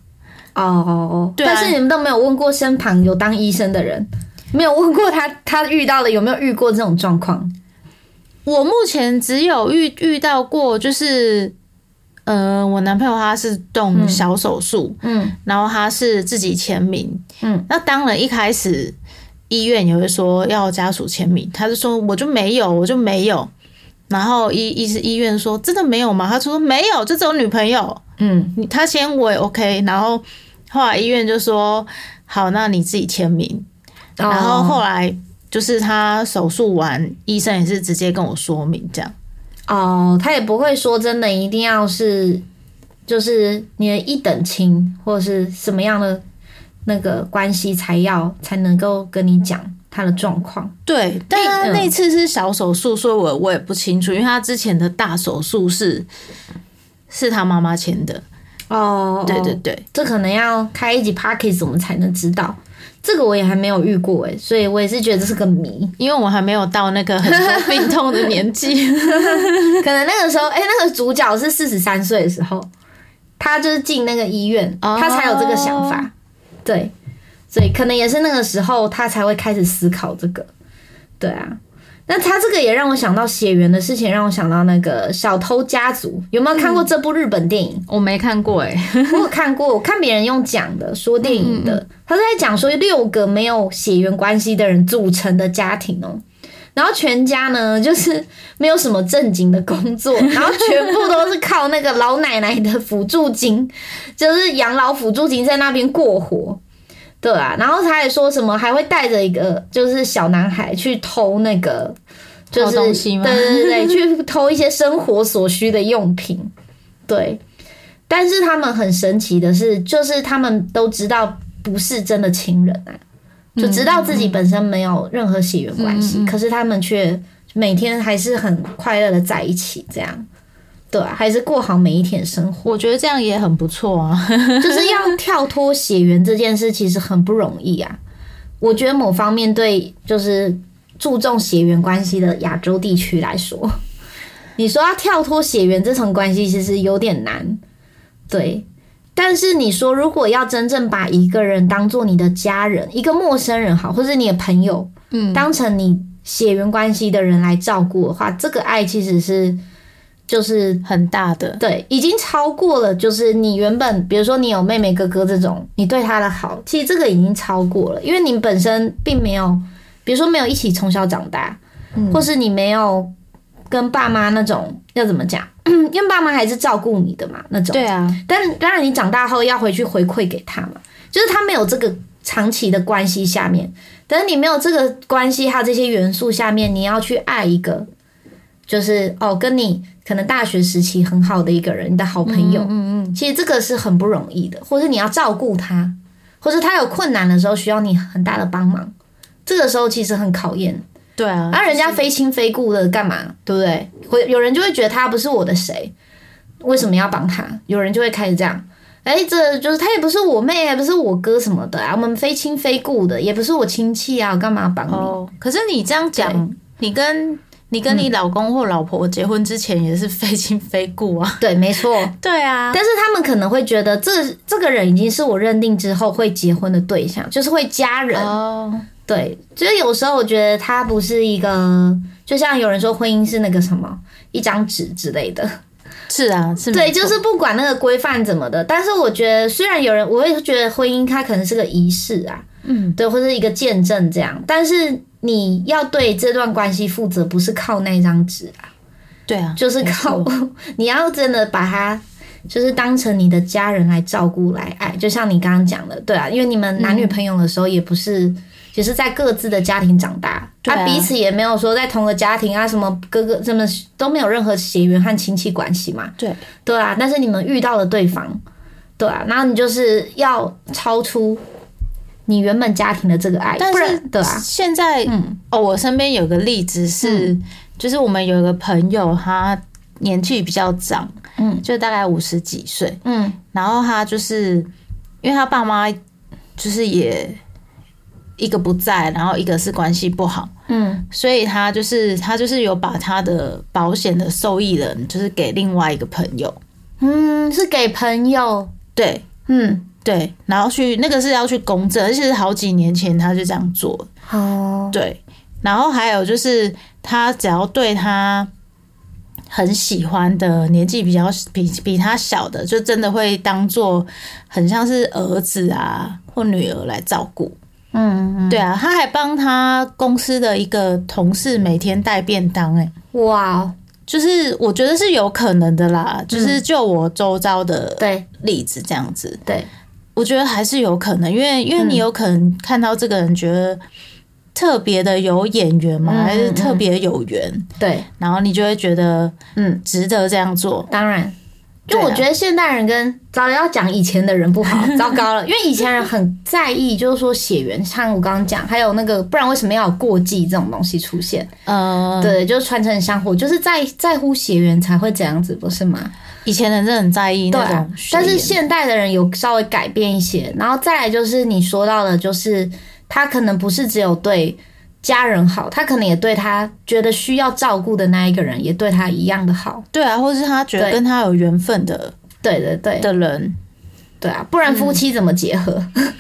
Speaker 1: 哦哦哦，
Speaker 2: 对啊
Speaker 1: 但是你们都没有问过身旁有当医生的人，没有问过他 他遇到的有没有遇过这种状况？
Speaker 2: 我目前只有遇遇到过，就是，呃，我男朋友他是动小手术，
Speaker 1: 嗯，
Speaker 2: 然后他是自己签名，
Speaker 1: 嗯，
Speaker 2: 那当然一开始医院也会说要家属签名，他就说我就没有，我就没有，然后医医是医院说真的没有吗？他说没有，就只有女朋友，
Speaker 1: 嗯，
Speaker 2: 你他签我也 OK，然后后来医院就说好，那你自己签名，
Speaker 1: 哦
Speaker 2: 然后后来。就是他手术完，医生也是直接跟我说明这样。
Speaker 1: 哦，他也不会说真的一定要是就是你的一等亲或者是什么样的那个关系才要才能够跟你讲他的状况。
Speaker 2: 对，但他
Speaker 1: 嗯
Speaker 2: 那次是小手术，所以我我也不清楚，因为他之前的大手术是是他妈妈签的。
Speaker 1: 哦，
Speaker 2: 对对对，
Speaker 1: 这可能要开一集 p a c k a g e 我们才能知道。这个我也还没有遇过诶，所以我也是觉得这是个谜。
Speaker 2: 因为我还没有到那个很多病痛的年纪。
Speaker 1: 可能那个时候，哎、那个主角是四十三岁的时候，他就是进那个医院，
Speaker 2: 哦
Speaker 1: 他才有这个想法。对，所以可能也是那个时候，他才会开始思考这个。对啊，那他这个也让我想到血缘的事情，让我想到那个《小偷家族》，有没有看过这部日本电 影？
Speaker 2: 我没看过哎、
Speaker 1: 我有看过，我看别人用讲的说电影的，他是在讲说六个没有血缘关系的人组成的家庭哦、然后全家呢就是没有什么正经的工作，然后全部都是靠那个老奶奶的辅助金，就是养老辅助金在那边过活。对啊，然后他还说什么还会带着一个就是小男孩去偷那个，就是
Speaker 2: 偷东西吗
Speaker 1: 对对对，去偷一些生活所需的用品。对，但是他们很神奇的是，就是他们都知道不是真的亲人啊，就知道自己本身没有任何血缘关系，可是他们却每天还是很快乐的在一起，这样。对啊、还是过好每一天的生活，
Speaker 2: 我觉得这样也很不错啊。
Speaker 1: 就是要跳脱血缘这件事，其实很不容易啊。我觉得某方面对就是注重血缘关系的亚洲地区来说，你说要跳脱血缘这层关系，其实有点难。对，但是你说如果要真正把一个人当做你的家人，一个陌生人好，或是你的朋友，
Speaker 2: 嗯，
Speaker 1: 当成你血缘关系的人来照顾的话，这个爱其实是就是
Speaker 2: 很大的，
Speaker 1: 对，已经超过了，就是你原本，比如说你有妹妹哥哥这种，你对他的好，其实这个已经超过了，因为你本身并没有，比如说没有一起从小长大，或是你没有跟爸妈那种要怎么讲， 因为爸妈还是照顾你的嘛那种，
Speaker 2: 对啊，
Speaker 1: 但当然，你长大后要回去回馈给他嘛，就是他没有这个长期的关系下面，但是你没有这个关系，还有这些元素下面，你要去爱一个，就是哦，跟你可能大学时期很好的一个人，你的好朋友，嗯嗯其实这个是很不容易的，或是你要照顾他，或是他有困难的时候需要你很大的帮忙，这个时候其实很考验。
Speaker 2: 对啊。
Speaker 1: 啊，人家非亲非故的干嘛？对不对？会有人就会觉得他不是我的谁，为什么要帮他？有人就会开始这样，哎，这就是他也不是我妹，啊也不是我哥什么的啊，我们非亲非故的，也不是我亲戚啊，我干嘛帮你？
Speaker 2: 哦，嗯可是你这样讲，你跟你跟你老公或老婆结婚之前也是非亲非故啊。
Speaker 1: 对，没 错。
Speaker 2: 对啊，
Speaker 1: 但是他们可能会觉得这这个人已经是我认定之后会结婚的对象，就是会家人。
Speaker 2: 哦，
Speaker 1: 对，就是有时候我觉得它不是一个，就像有人说婚姻是那个什么一张纸之类的，
Speaker 2: 是啊，是没
Speaker 1: 对，
Speaker 2: 错
Speaker 1: 就是不管那个规范怎么的，但是我觉得虽然有人，我会觉得婚姻它可能是个仪式啊，嗯，对，或者一个见证这样，但是你要对这段关系负责，不是靠那张纸啊，
Speaker 2: 对啊，
Speaker 1: 就是靠你要真的把它。就是当成你的家人来照顾、来爱，就像你刚刚讲的，对啊，因为你们男女朋友的时候也不是，也是在各自的家庭长大，
Speaker 2: 对啊
Speaker 1: 彼此也没有说在同个家庭啊，什么哥哥什么都没有任何血缘和亲戚关系嘛，
Speaker 2: 对
Speaker 1: 对啊，但是你们遇到了对方，对啊，然后你就是要超出你原本家庭的这个爱，
Speaker 2: 但
Speaker 1: 不
Speaker 2: 是
Speaker 1: 然对啊，
Speaker 2: 现在，哦，我身边有个例子是，
Speaker 1: 嗯
Speaker 2: 就是我们有一个朋友，他年纪比较长，嗯，就大概五十几岁，
Speaker 1: 嗯，
Speaker 2: 然后他就是因为他爸妈就是也一个不在，然后一个是关系不好，
Speaker 1: 嗯，
Speaker 2: 所以他就是他就是有把他的保险的受益人就是给另外一个朋友，
Speaker 1: 嗯，是给朋友，
Speaker 2: 对
Speaker 1: 嗯，
Speaker 2: 对，然后去那个是要去公证，而且是好几年前他就这样做，
Speaker 1: 哦，
Speaker 2: 对，然后还有就是，他只要对他很喜欢的年纪比较比比他小的，就真的会当做很像是儿子啊或女儿来照顾。
Speaker 1: 嗯，
Speaker 2: 对啊，他还帮他公司的一个同事每天带便当、欸，
Speaker 1: 哇哦，
Speaker 2: 就是我觉得是有可能的啦，就是就我周遭的
Speaker 1: 对
Speaker 2: 例子这样子，
Speaker 1: 对，
Speaker 2: 我觉得还是有可能，因为因为
Speaker 1: 嗯
Speaker 2: 你有可能看到这个人觉得特别的有眼缘嘛，
Speaker 1: 嗯嗯嗯
Speaker 2: 还是特别有缘，
Speaker 1: 对，
Speaker 2: 然后你就会觉得
Speaker 1: 嗯，
Speaker 2: 值得这样做。
Speaker 1: 当然。就
Speaker 2: 对啊
Speaker 1: 我觉得现代人跟早要讲以前的人不 好，糟糕了，因为以前人很在意，就是说血缘，像我刚刚讲，还有那个，不然为什么要有过继这种东西出现？
Speaker 2: 呃，
Speaker 1: 对，就是传承香火，就是在在乎血缘才会这样子，不是吗？
Speaker 2: 以前人真的很在意
Speaker 1: 对
Speaker 2: 那
Speaker 1: 啊
Speaker 2: 种血缘，
Speaker 1: 但是现代的人有稍微改变一些，然后再来就是你说到的，就是他可能不是只有对家人好，他可能也对他觉得需要照顾的那一个人也对他一样的好。
Speaker 2: 对啊，或是他觉得
Speaker 1: 对
Speaker 2: 跟他有缘分的
Speaker 1: 对对对
Speaker 2: 的人，
Speaker 1: 对啊，不然夫妻怎么结合？嗯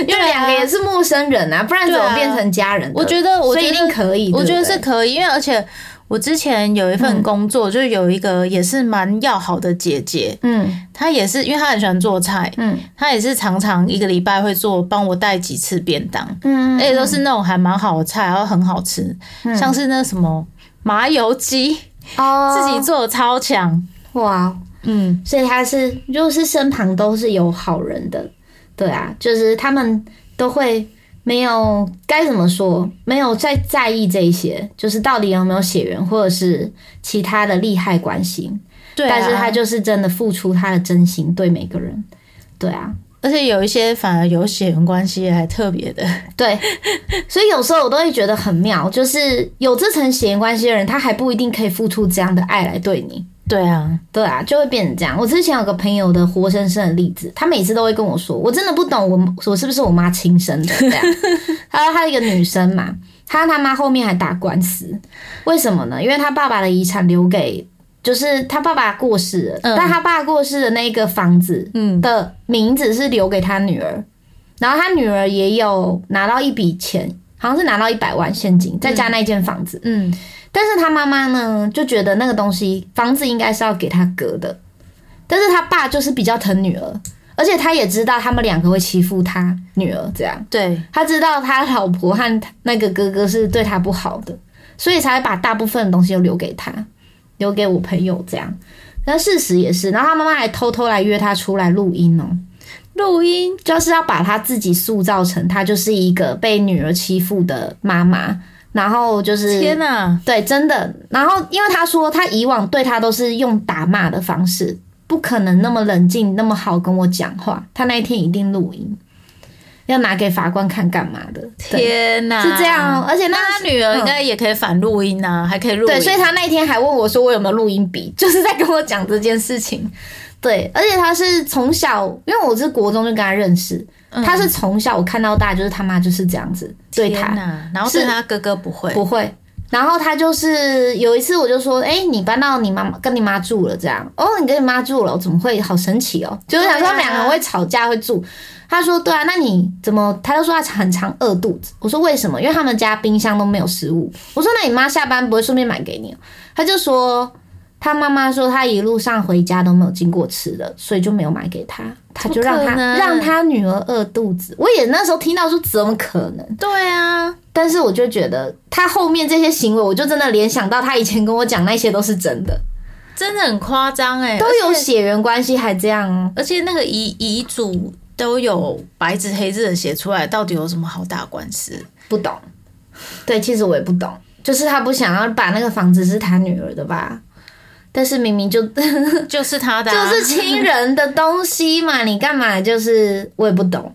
Speaker 1: 因为两个也是陌生人啊，不然怎
Speaker 2: 对
Speaker 1: 么
Speaker 2: 啊
Speaker 1: 变成家人的？
Speaker 2: 我觉得我
Speaker 1: 所以
Speaker 2: 觉
Speaker 1: 一
Speaker 2: 得
Speaker 1: 定可以。
Speaker 2: 我
Speaker 1: 对
Speaker 2: 觉
Speaker 1: 不
Speaker 2: 得
Speaker 1: 对
Speaker 2: 是可以，因为而且我之前有一
Speaker 1: 嗯
Speaker 2: 份工作，就是有一个也是蛮要好的姐姐，
Speaker 1: 嗯
Speaker 2: 她也是因为她很喜欢做菜，
Speaker 1: 嗯
Speaker 2: 她也是常常一个礼拜会做帮我带几次便当，
Speaker 1: 嗯
Speaker 2: 而且都是那种还蛮好的菜，然后很好吃，像是那什么麻油鸡，
Speaker 1: 哦
Speaker 2: 自己做的超强。
Speaker 1: 哇，哦
Speaker 2: 嗯，
Speaker 1: 所以他是就是身旁都是有好人的，对啊，就是他们都会没有该怎么说，没有在在意这一些，就是到底有没有血缘或者是其他的利害关系，
Speaker 2: 对、啊。
Speaker 1: 但是他，就是真的付出他的真心对每个人，对啊，
Speaker 2: 而且有一些反而有血缘关系还特别的，
Speaker 1: 对，所以有时候我都会觉得很妙，就是有这层血缘关系的人，他还不一定可以付出这样的爱来对你，
Speaker 2: 对 啊，
Speaker 1: 对啊，就会变成这样。我之前有个朋友的活生生的例子，他每次都会跟我说，我真的不懂我我是不是我妈亲生 的这样。他说她一个女生嘛，她他妈后面还打官司，为什么呢？因为她爸爸的遗产留给，就是她爸爸过世了，
Speaker 2: 嗯
Speaker 1: 但她爸过世的那个房子
Speaker 2: 嗯
Speaker 1: 的名字是留给她女儿，然后她女儿也有拿到一笔钱，好像是拿到一百万现金，再加那间房子。
Speaker 2: 嗯，
Speaker 1: 但是他妈妈呢，就觉得那个东西房子应该是要给他哥的，但是他爸就是比较疼女儿，而且他也知道他们两个会欺负他女儿，这样
Speaker 2: 对，
Speaker 1: 他知道他老婆和那个哥哥是对他不好的，所以才会把大部分的东西都留给他，留给我朋友这样。那事实也是，然后他妈妈还偷偷来约他出来录音哦、
Speaker 2: 录音，
Speaker 1: 就是要把她自己塑造成她就是一个被女儿欺负的妈妈，然后就是
Speaker 2: 天哪、
Speaker 1: 对，真的。然后因为他说他以往对他都是用打骂的方式，不可能那么冷静、那么好跟我讲话。他那一天一定录音，要拿给法官看干嘛的？对，
Speaker 2: 天哪、
Speaker 1: 是这样哦。而且那
Speaker 2: 那他女儿应该也可以反录音啊，还可以录
Speaker 1: 对，
Speaker 2: 音，
Speaker 1: 所以他那一天还问我说我有没有录音笔， 就是在跟我讲这件事情。对，而且他是从小，因为我是国中就跟他认识，他是从小我看到大，就是他妈就是这样子对他。
Speaker 2: 嗯天哪然后对他哥哥不会，
Speaker 1: 不会。然后他就是有一次，我就说：“哎、你搬到你妈妈跟你妈住了，这样哦，你跟你妈住了，怎么会？好神奇哦！就是想说
Speaker 2: 对啊
Speaker 1: 他们两个人会吵架，会住。”他说：“对啊，那你怎么？”他就说他很常饿肚子。我说：“为什么？因为他们家冰箱都没有食物。”我说：“那你妈下班不会顺便买给你哦？”他就说：“他妈妈说他一路上回家都没有经过吃的，所以就没有买给他。他就让
Speaker 2: 怎么可
Speaker 1: 他
Speaker 2: 能
Speaker 1: 让他女儿饿肚子。”我也那时候听到说：“怎么可能？”
Speaker 2: 对啊，
Speaker 1: 但是我就觉得他后面这些行为，我就真的联想到他以前跟我讲那些都是真的，
Speaker 2: 真的很夸张哎，
Speaker 1: 都有血缘关系还这样哦。
Speaker 2: 而且那个遗遗嘱都有白纸黑字的写出来，到底有什么好打官司？
Speaker 1: 不懂。对，其实我也不懂，就是他不想要把那个房子是他女儿的吧？但是明明就 就
Speaker 2: 就是他的、啊，
Speaker 1: 是亲人的东西嘛，你干嘛就是我也不懂。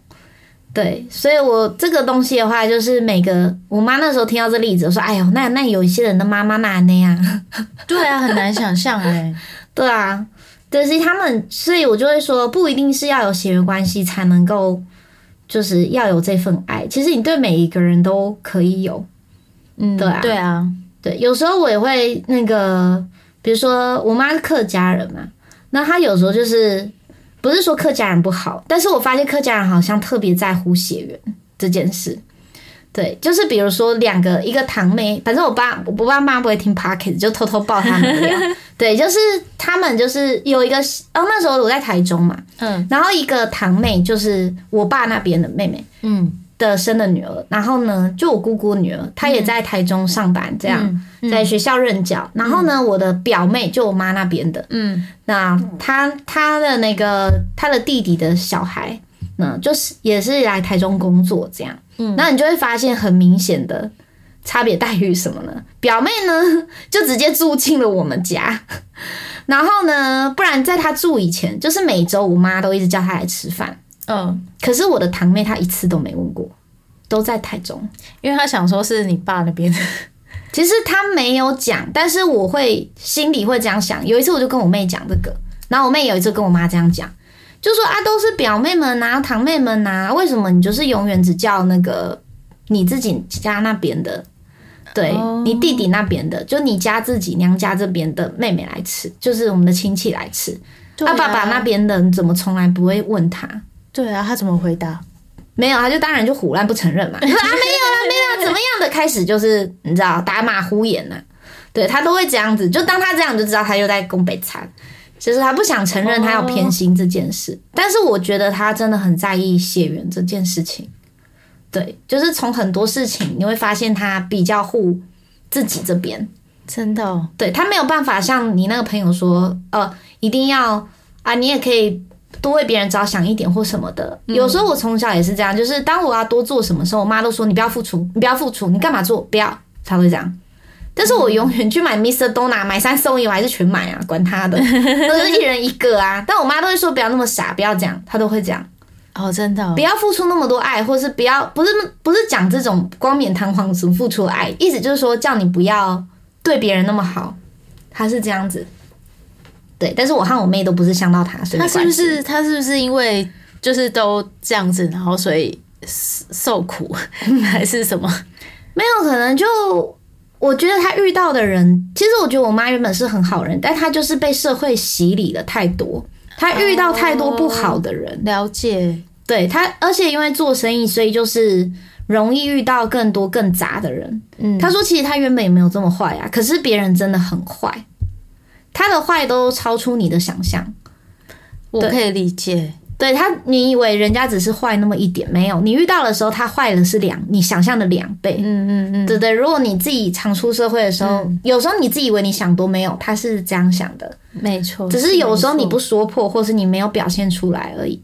Speaker 1: 对，所以我这个东西的话，就是每个我妈那时候听到这例子，我说：“哎呦，那那有一些人的妈妈哪那样、
Speaker 2: 对啊，很难想象哎、
Speaker 1: 对啊，但是他们，所以我就会说，不一定是要有血缘关系才能够，就是要有这份爱。其实你对每一个人都可以有。
Speaker 2: 嗯，
Speaker 1: 对啊
Speaker 2: 对啊，
Speaker 1: 对，有时候我也会那个，比如说我妈是客家人嘛，那她有时候就是不是说客家人不好，但是我发现客家人好像特别在乎血缘这件事。对，就是比如说两个一个堂妹，反正我爸我爸妈不会听 Pocket，就偷偷爆他们的料。对，就是他们就是有一个哦，那时候我在台中嘛，
Speaker 2: 嗯
Speaker 1: 然后一个堂妹就是我爸那边的妹妹，
Speaker 2: 嗯，
Speaker 1: 的生的女儿，然后呢，就我姑姑女儿，她也在台中上班，这样、
Speaker 2: 嗯
Speaker 1: 在学校任教。然后呢，我的表妹就我妈那边的，
Speaker 2: 嗯，
Speaker 1: 那她她的那个她的弟弟的小孩，嗯，就是也是来台中工作这样。嗯，那你就会发现很明显的差别待遇什么呢？表妹呢 就直接住进了我们家， 然后呢，不然在她住以前，就是每周我妈都一直叫她来吃饭。
Speaker 2: 嗯，
Speaker 1: 可是我的堂妹她一次都没问过，都在台中。
Speaker 2: 因为他想说是你爸那边的，
Speaker 1: 其实她没有讲，但是我会心里会这样想。有一次我就跟我妹讲这个，然后我妹有一次跟我妈这样讲，就说啊都是表妹们啊、堂妹们啊，为什么你就是永远只叫那个你自己家那边的？对
Speaker 2: 哦
Speaker 1: 你弟弟那边的，就你家自己娘家这边的妹妹来吃，就是我们的亲戚来吃。
Speaker 2: 对
Speaker 1: 啊，爸爸那，边的你怎么从来不会问他？
Speaker 2: 对啊，他怎么回答？
Speaker 1: 没有，他就当然就胡乱不承认嘛，就说啊没有啦，没有啦，怎么样的开始就是你知道打马虎眼呐、啊对他都会这样子，就当他这样你就知道他又在攻北餐，就是他不想承认他有偏心这件事，但是我觉得他真的很在意血缘这件事情，对，就是从很多事情你会发现他比较护自己这边，
Speaker 2: 真的哦、
Speaker 1: 对他没有办法像你那个朋友说，呃，一定要啊，你也可以多为别人着想一点或什么的。有时候我从小也是这样，就是当我要多做什么时候，我妈都说你不要付出，你不要付出，你干嘛做？不要，她会这样。但是我永远去买 Mr. Dona，买三送一，我还是全买啊，管他的，都是一人一个啊。但我妈都会说不要那么傻，不要这样，她都会这样。
Speaker 2: 哦，真的哦、
Speaker 1: 不要付出那么多爱，或是不要不是不是讲这种光冕堂皇所付出的爱，意思就是说叫你不要对别人那么好，他是这样子。对，但是我和我妹都不是想到他，所以
Speaker 2: 他
Speaker 1: 没
Speaker 2: 是
Speaker 1: 关
Speaker 2: 不
Speaker 1: 系
Speaker 2: 是他是不是因为就是都这样子，然后所以受受苦还是什么？
Speaker 1: 没有可能就？我觉得他遇到的人，其实我觉得我妈原本是很好人，但她就是被社会洗礼了太多，她遇到太多不好的人，
Speaker 2: 了解，
Speaker 1: 对她，而且因为做生意，所以就是容易遇到更多更杂的人。
Speaker 2: 嗯，
Speaker 1: 他说其实他原本也没有这么坏啊，可是别人真的很坏，他的坏都超出你的想象。
Speaker 2: 我可以理解，
Speaker 1: 对他，你以为人家只是坏那么一点，没有，你遇到的时候他坏的是两，你想象的两倍。
Speaker 2: 嗯嗯嗯，
Speaker 1: 对对，如果你自己常出社会的时候，有时候你自己以为你想多没有，他是这样想的，
Speaker 2: 没错，
Speaker 1: 只是有时候
Speaker 2: 没
Speaker 1: 你
Speaker 2: 错
Speaker 1: 不说破，或是你没有表现出来而已，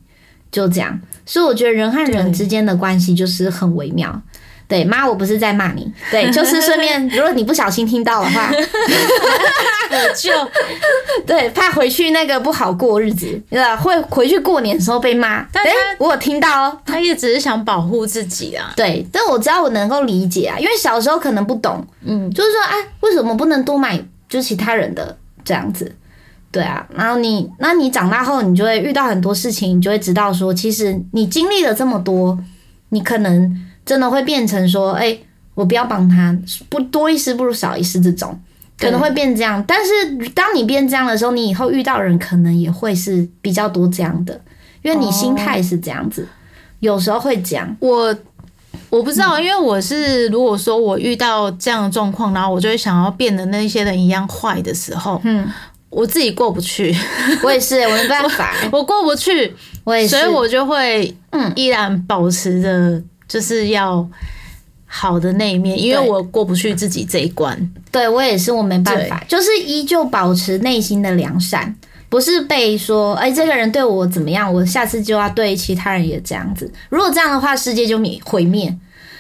Speaker 1: 就这样。所以我觉得人和人之间的关系就是很微妙。对，妈，我不是在骂你，对，就是顺 便，如果你不小心听到的话，
Speaker 2: 就
Speaker 1: 对，怕回去那个不好过日子，呃，会回去过年的时候被骂。
Speaker 2: 但
Speaker 1: 诶
Speaker 2: 他
Speaker 1: 我有听到哦。
Speaker 2: 他也只是想保护自己啊，
Speaker 1: 对，但我知道我能够理解啊，因为小时候可能不懂，
Speaker 2: 嗯，
Speaker 1: 就是说，哎，为什么不能多买就其他人的这样子？对啊，然后你，那你长大后，你就会遇到很多事情，你就会知道说，其实你经历了这么多，你可能真的会变成说，哎、我不要帮他，不多一事不如少一事这种，可能会变这样。但是当你变这样的时候，你以后遇到人可能也会是比较多这样的，因为你心态是这样子，有时候会这样。
Speaker 2: 我我不知道，因为我是如果说我遇到这样的状况，然后我就会想要变得那些人一样坏的时候，
Speaker 1: 嗯，
Speaker 2: 我自己过不去，
Speaker 1: 我也是，我没办 法，
Speaker 2: 我过不去，
Speaker 1: 我也是，
Speaker 2: 所以嗯我就会
Speaker 1: 嗯
Speaker 2: 依然保持着就是要好的那一面，因为
Speaker 1: 对
Speaker 2: 我过不去自己这一关。
Speaker 1: 对我也是，我没办法，就是依旧保持内心的良善，不是被说，哎、这个人对我怎么样，我下次就要对其他人也这样子。如果这样的话，世界就灭毁灭。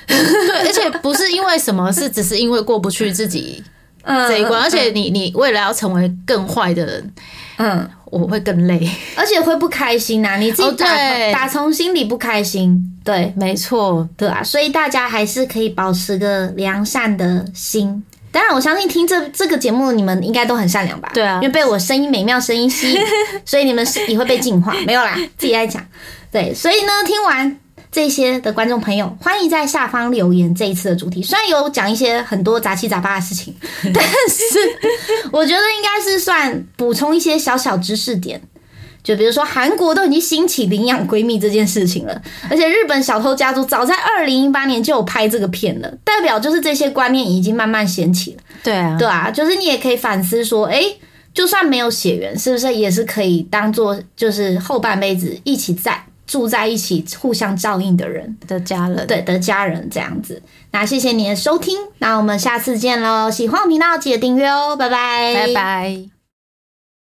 Speaker 2: 对，而且不是因为什么，是只是因为过不去自己
Speaker 3: 嗯
Speaker 2: 这一 关，而且你你为了要成为更坏的人，
Speaker 3: 嗯，
Speaker 2: 我会更累。
Speaker 3: 而且会不开心啊，你自
Speaker 2: 哦
Speaker 3: 己打、
Speaker 2: 对
Speaker 3: 打从心里不开心，对
Speaker 2: 没错，
Speaker 1: 对啊，所以大家还是可以保持个良善的心。当然，我相信听这这个节目，你们应该都很善良吧？
Speaker 2: 对啊
Speaker 1: 因为被我声音美妙声音 吸引，所以你们是也会被净化。没有啦，自己在讲。对，所以呢，听完这些的观众朋友，欢迎在下方留言这一次的主题。虽然有讲一些很多杂七杂八的事 情，但是我觉得应该是算补充一些小小知识点。就比如说，韩国都已经兴起领养闺蜜这件事情了，而且日本小偷家族早在二零一八年就有拍这个片了，代表就是这些观念已经慢慢掀起了，
Speaker 2: 对啊，
Speaker 1: 对啊，就是你也可以反思说，诶，就算没有血缘，是不是也是可以当做就是后半辈子一起在住在一起互相照应的人，
Speaker 2: 的家人，
Speaker 1: 对的家人这样子。那谢谢你的收听，那我们下次见喽！喜欢我频道记得订阅哦，拜拜，
Speaker 2: 拜拜。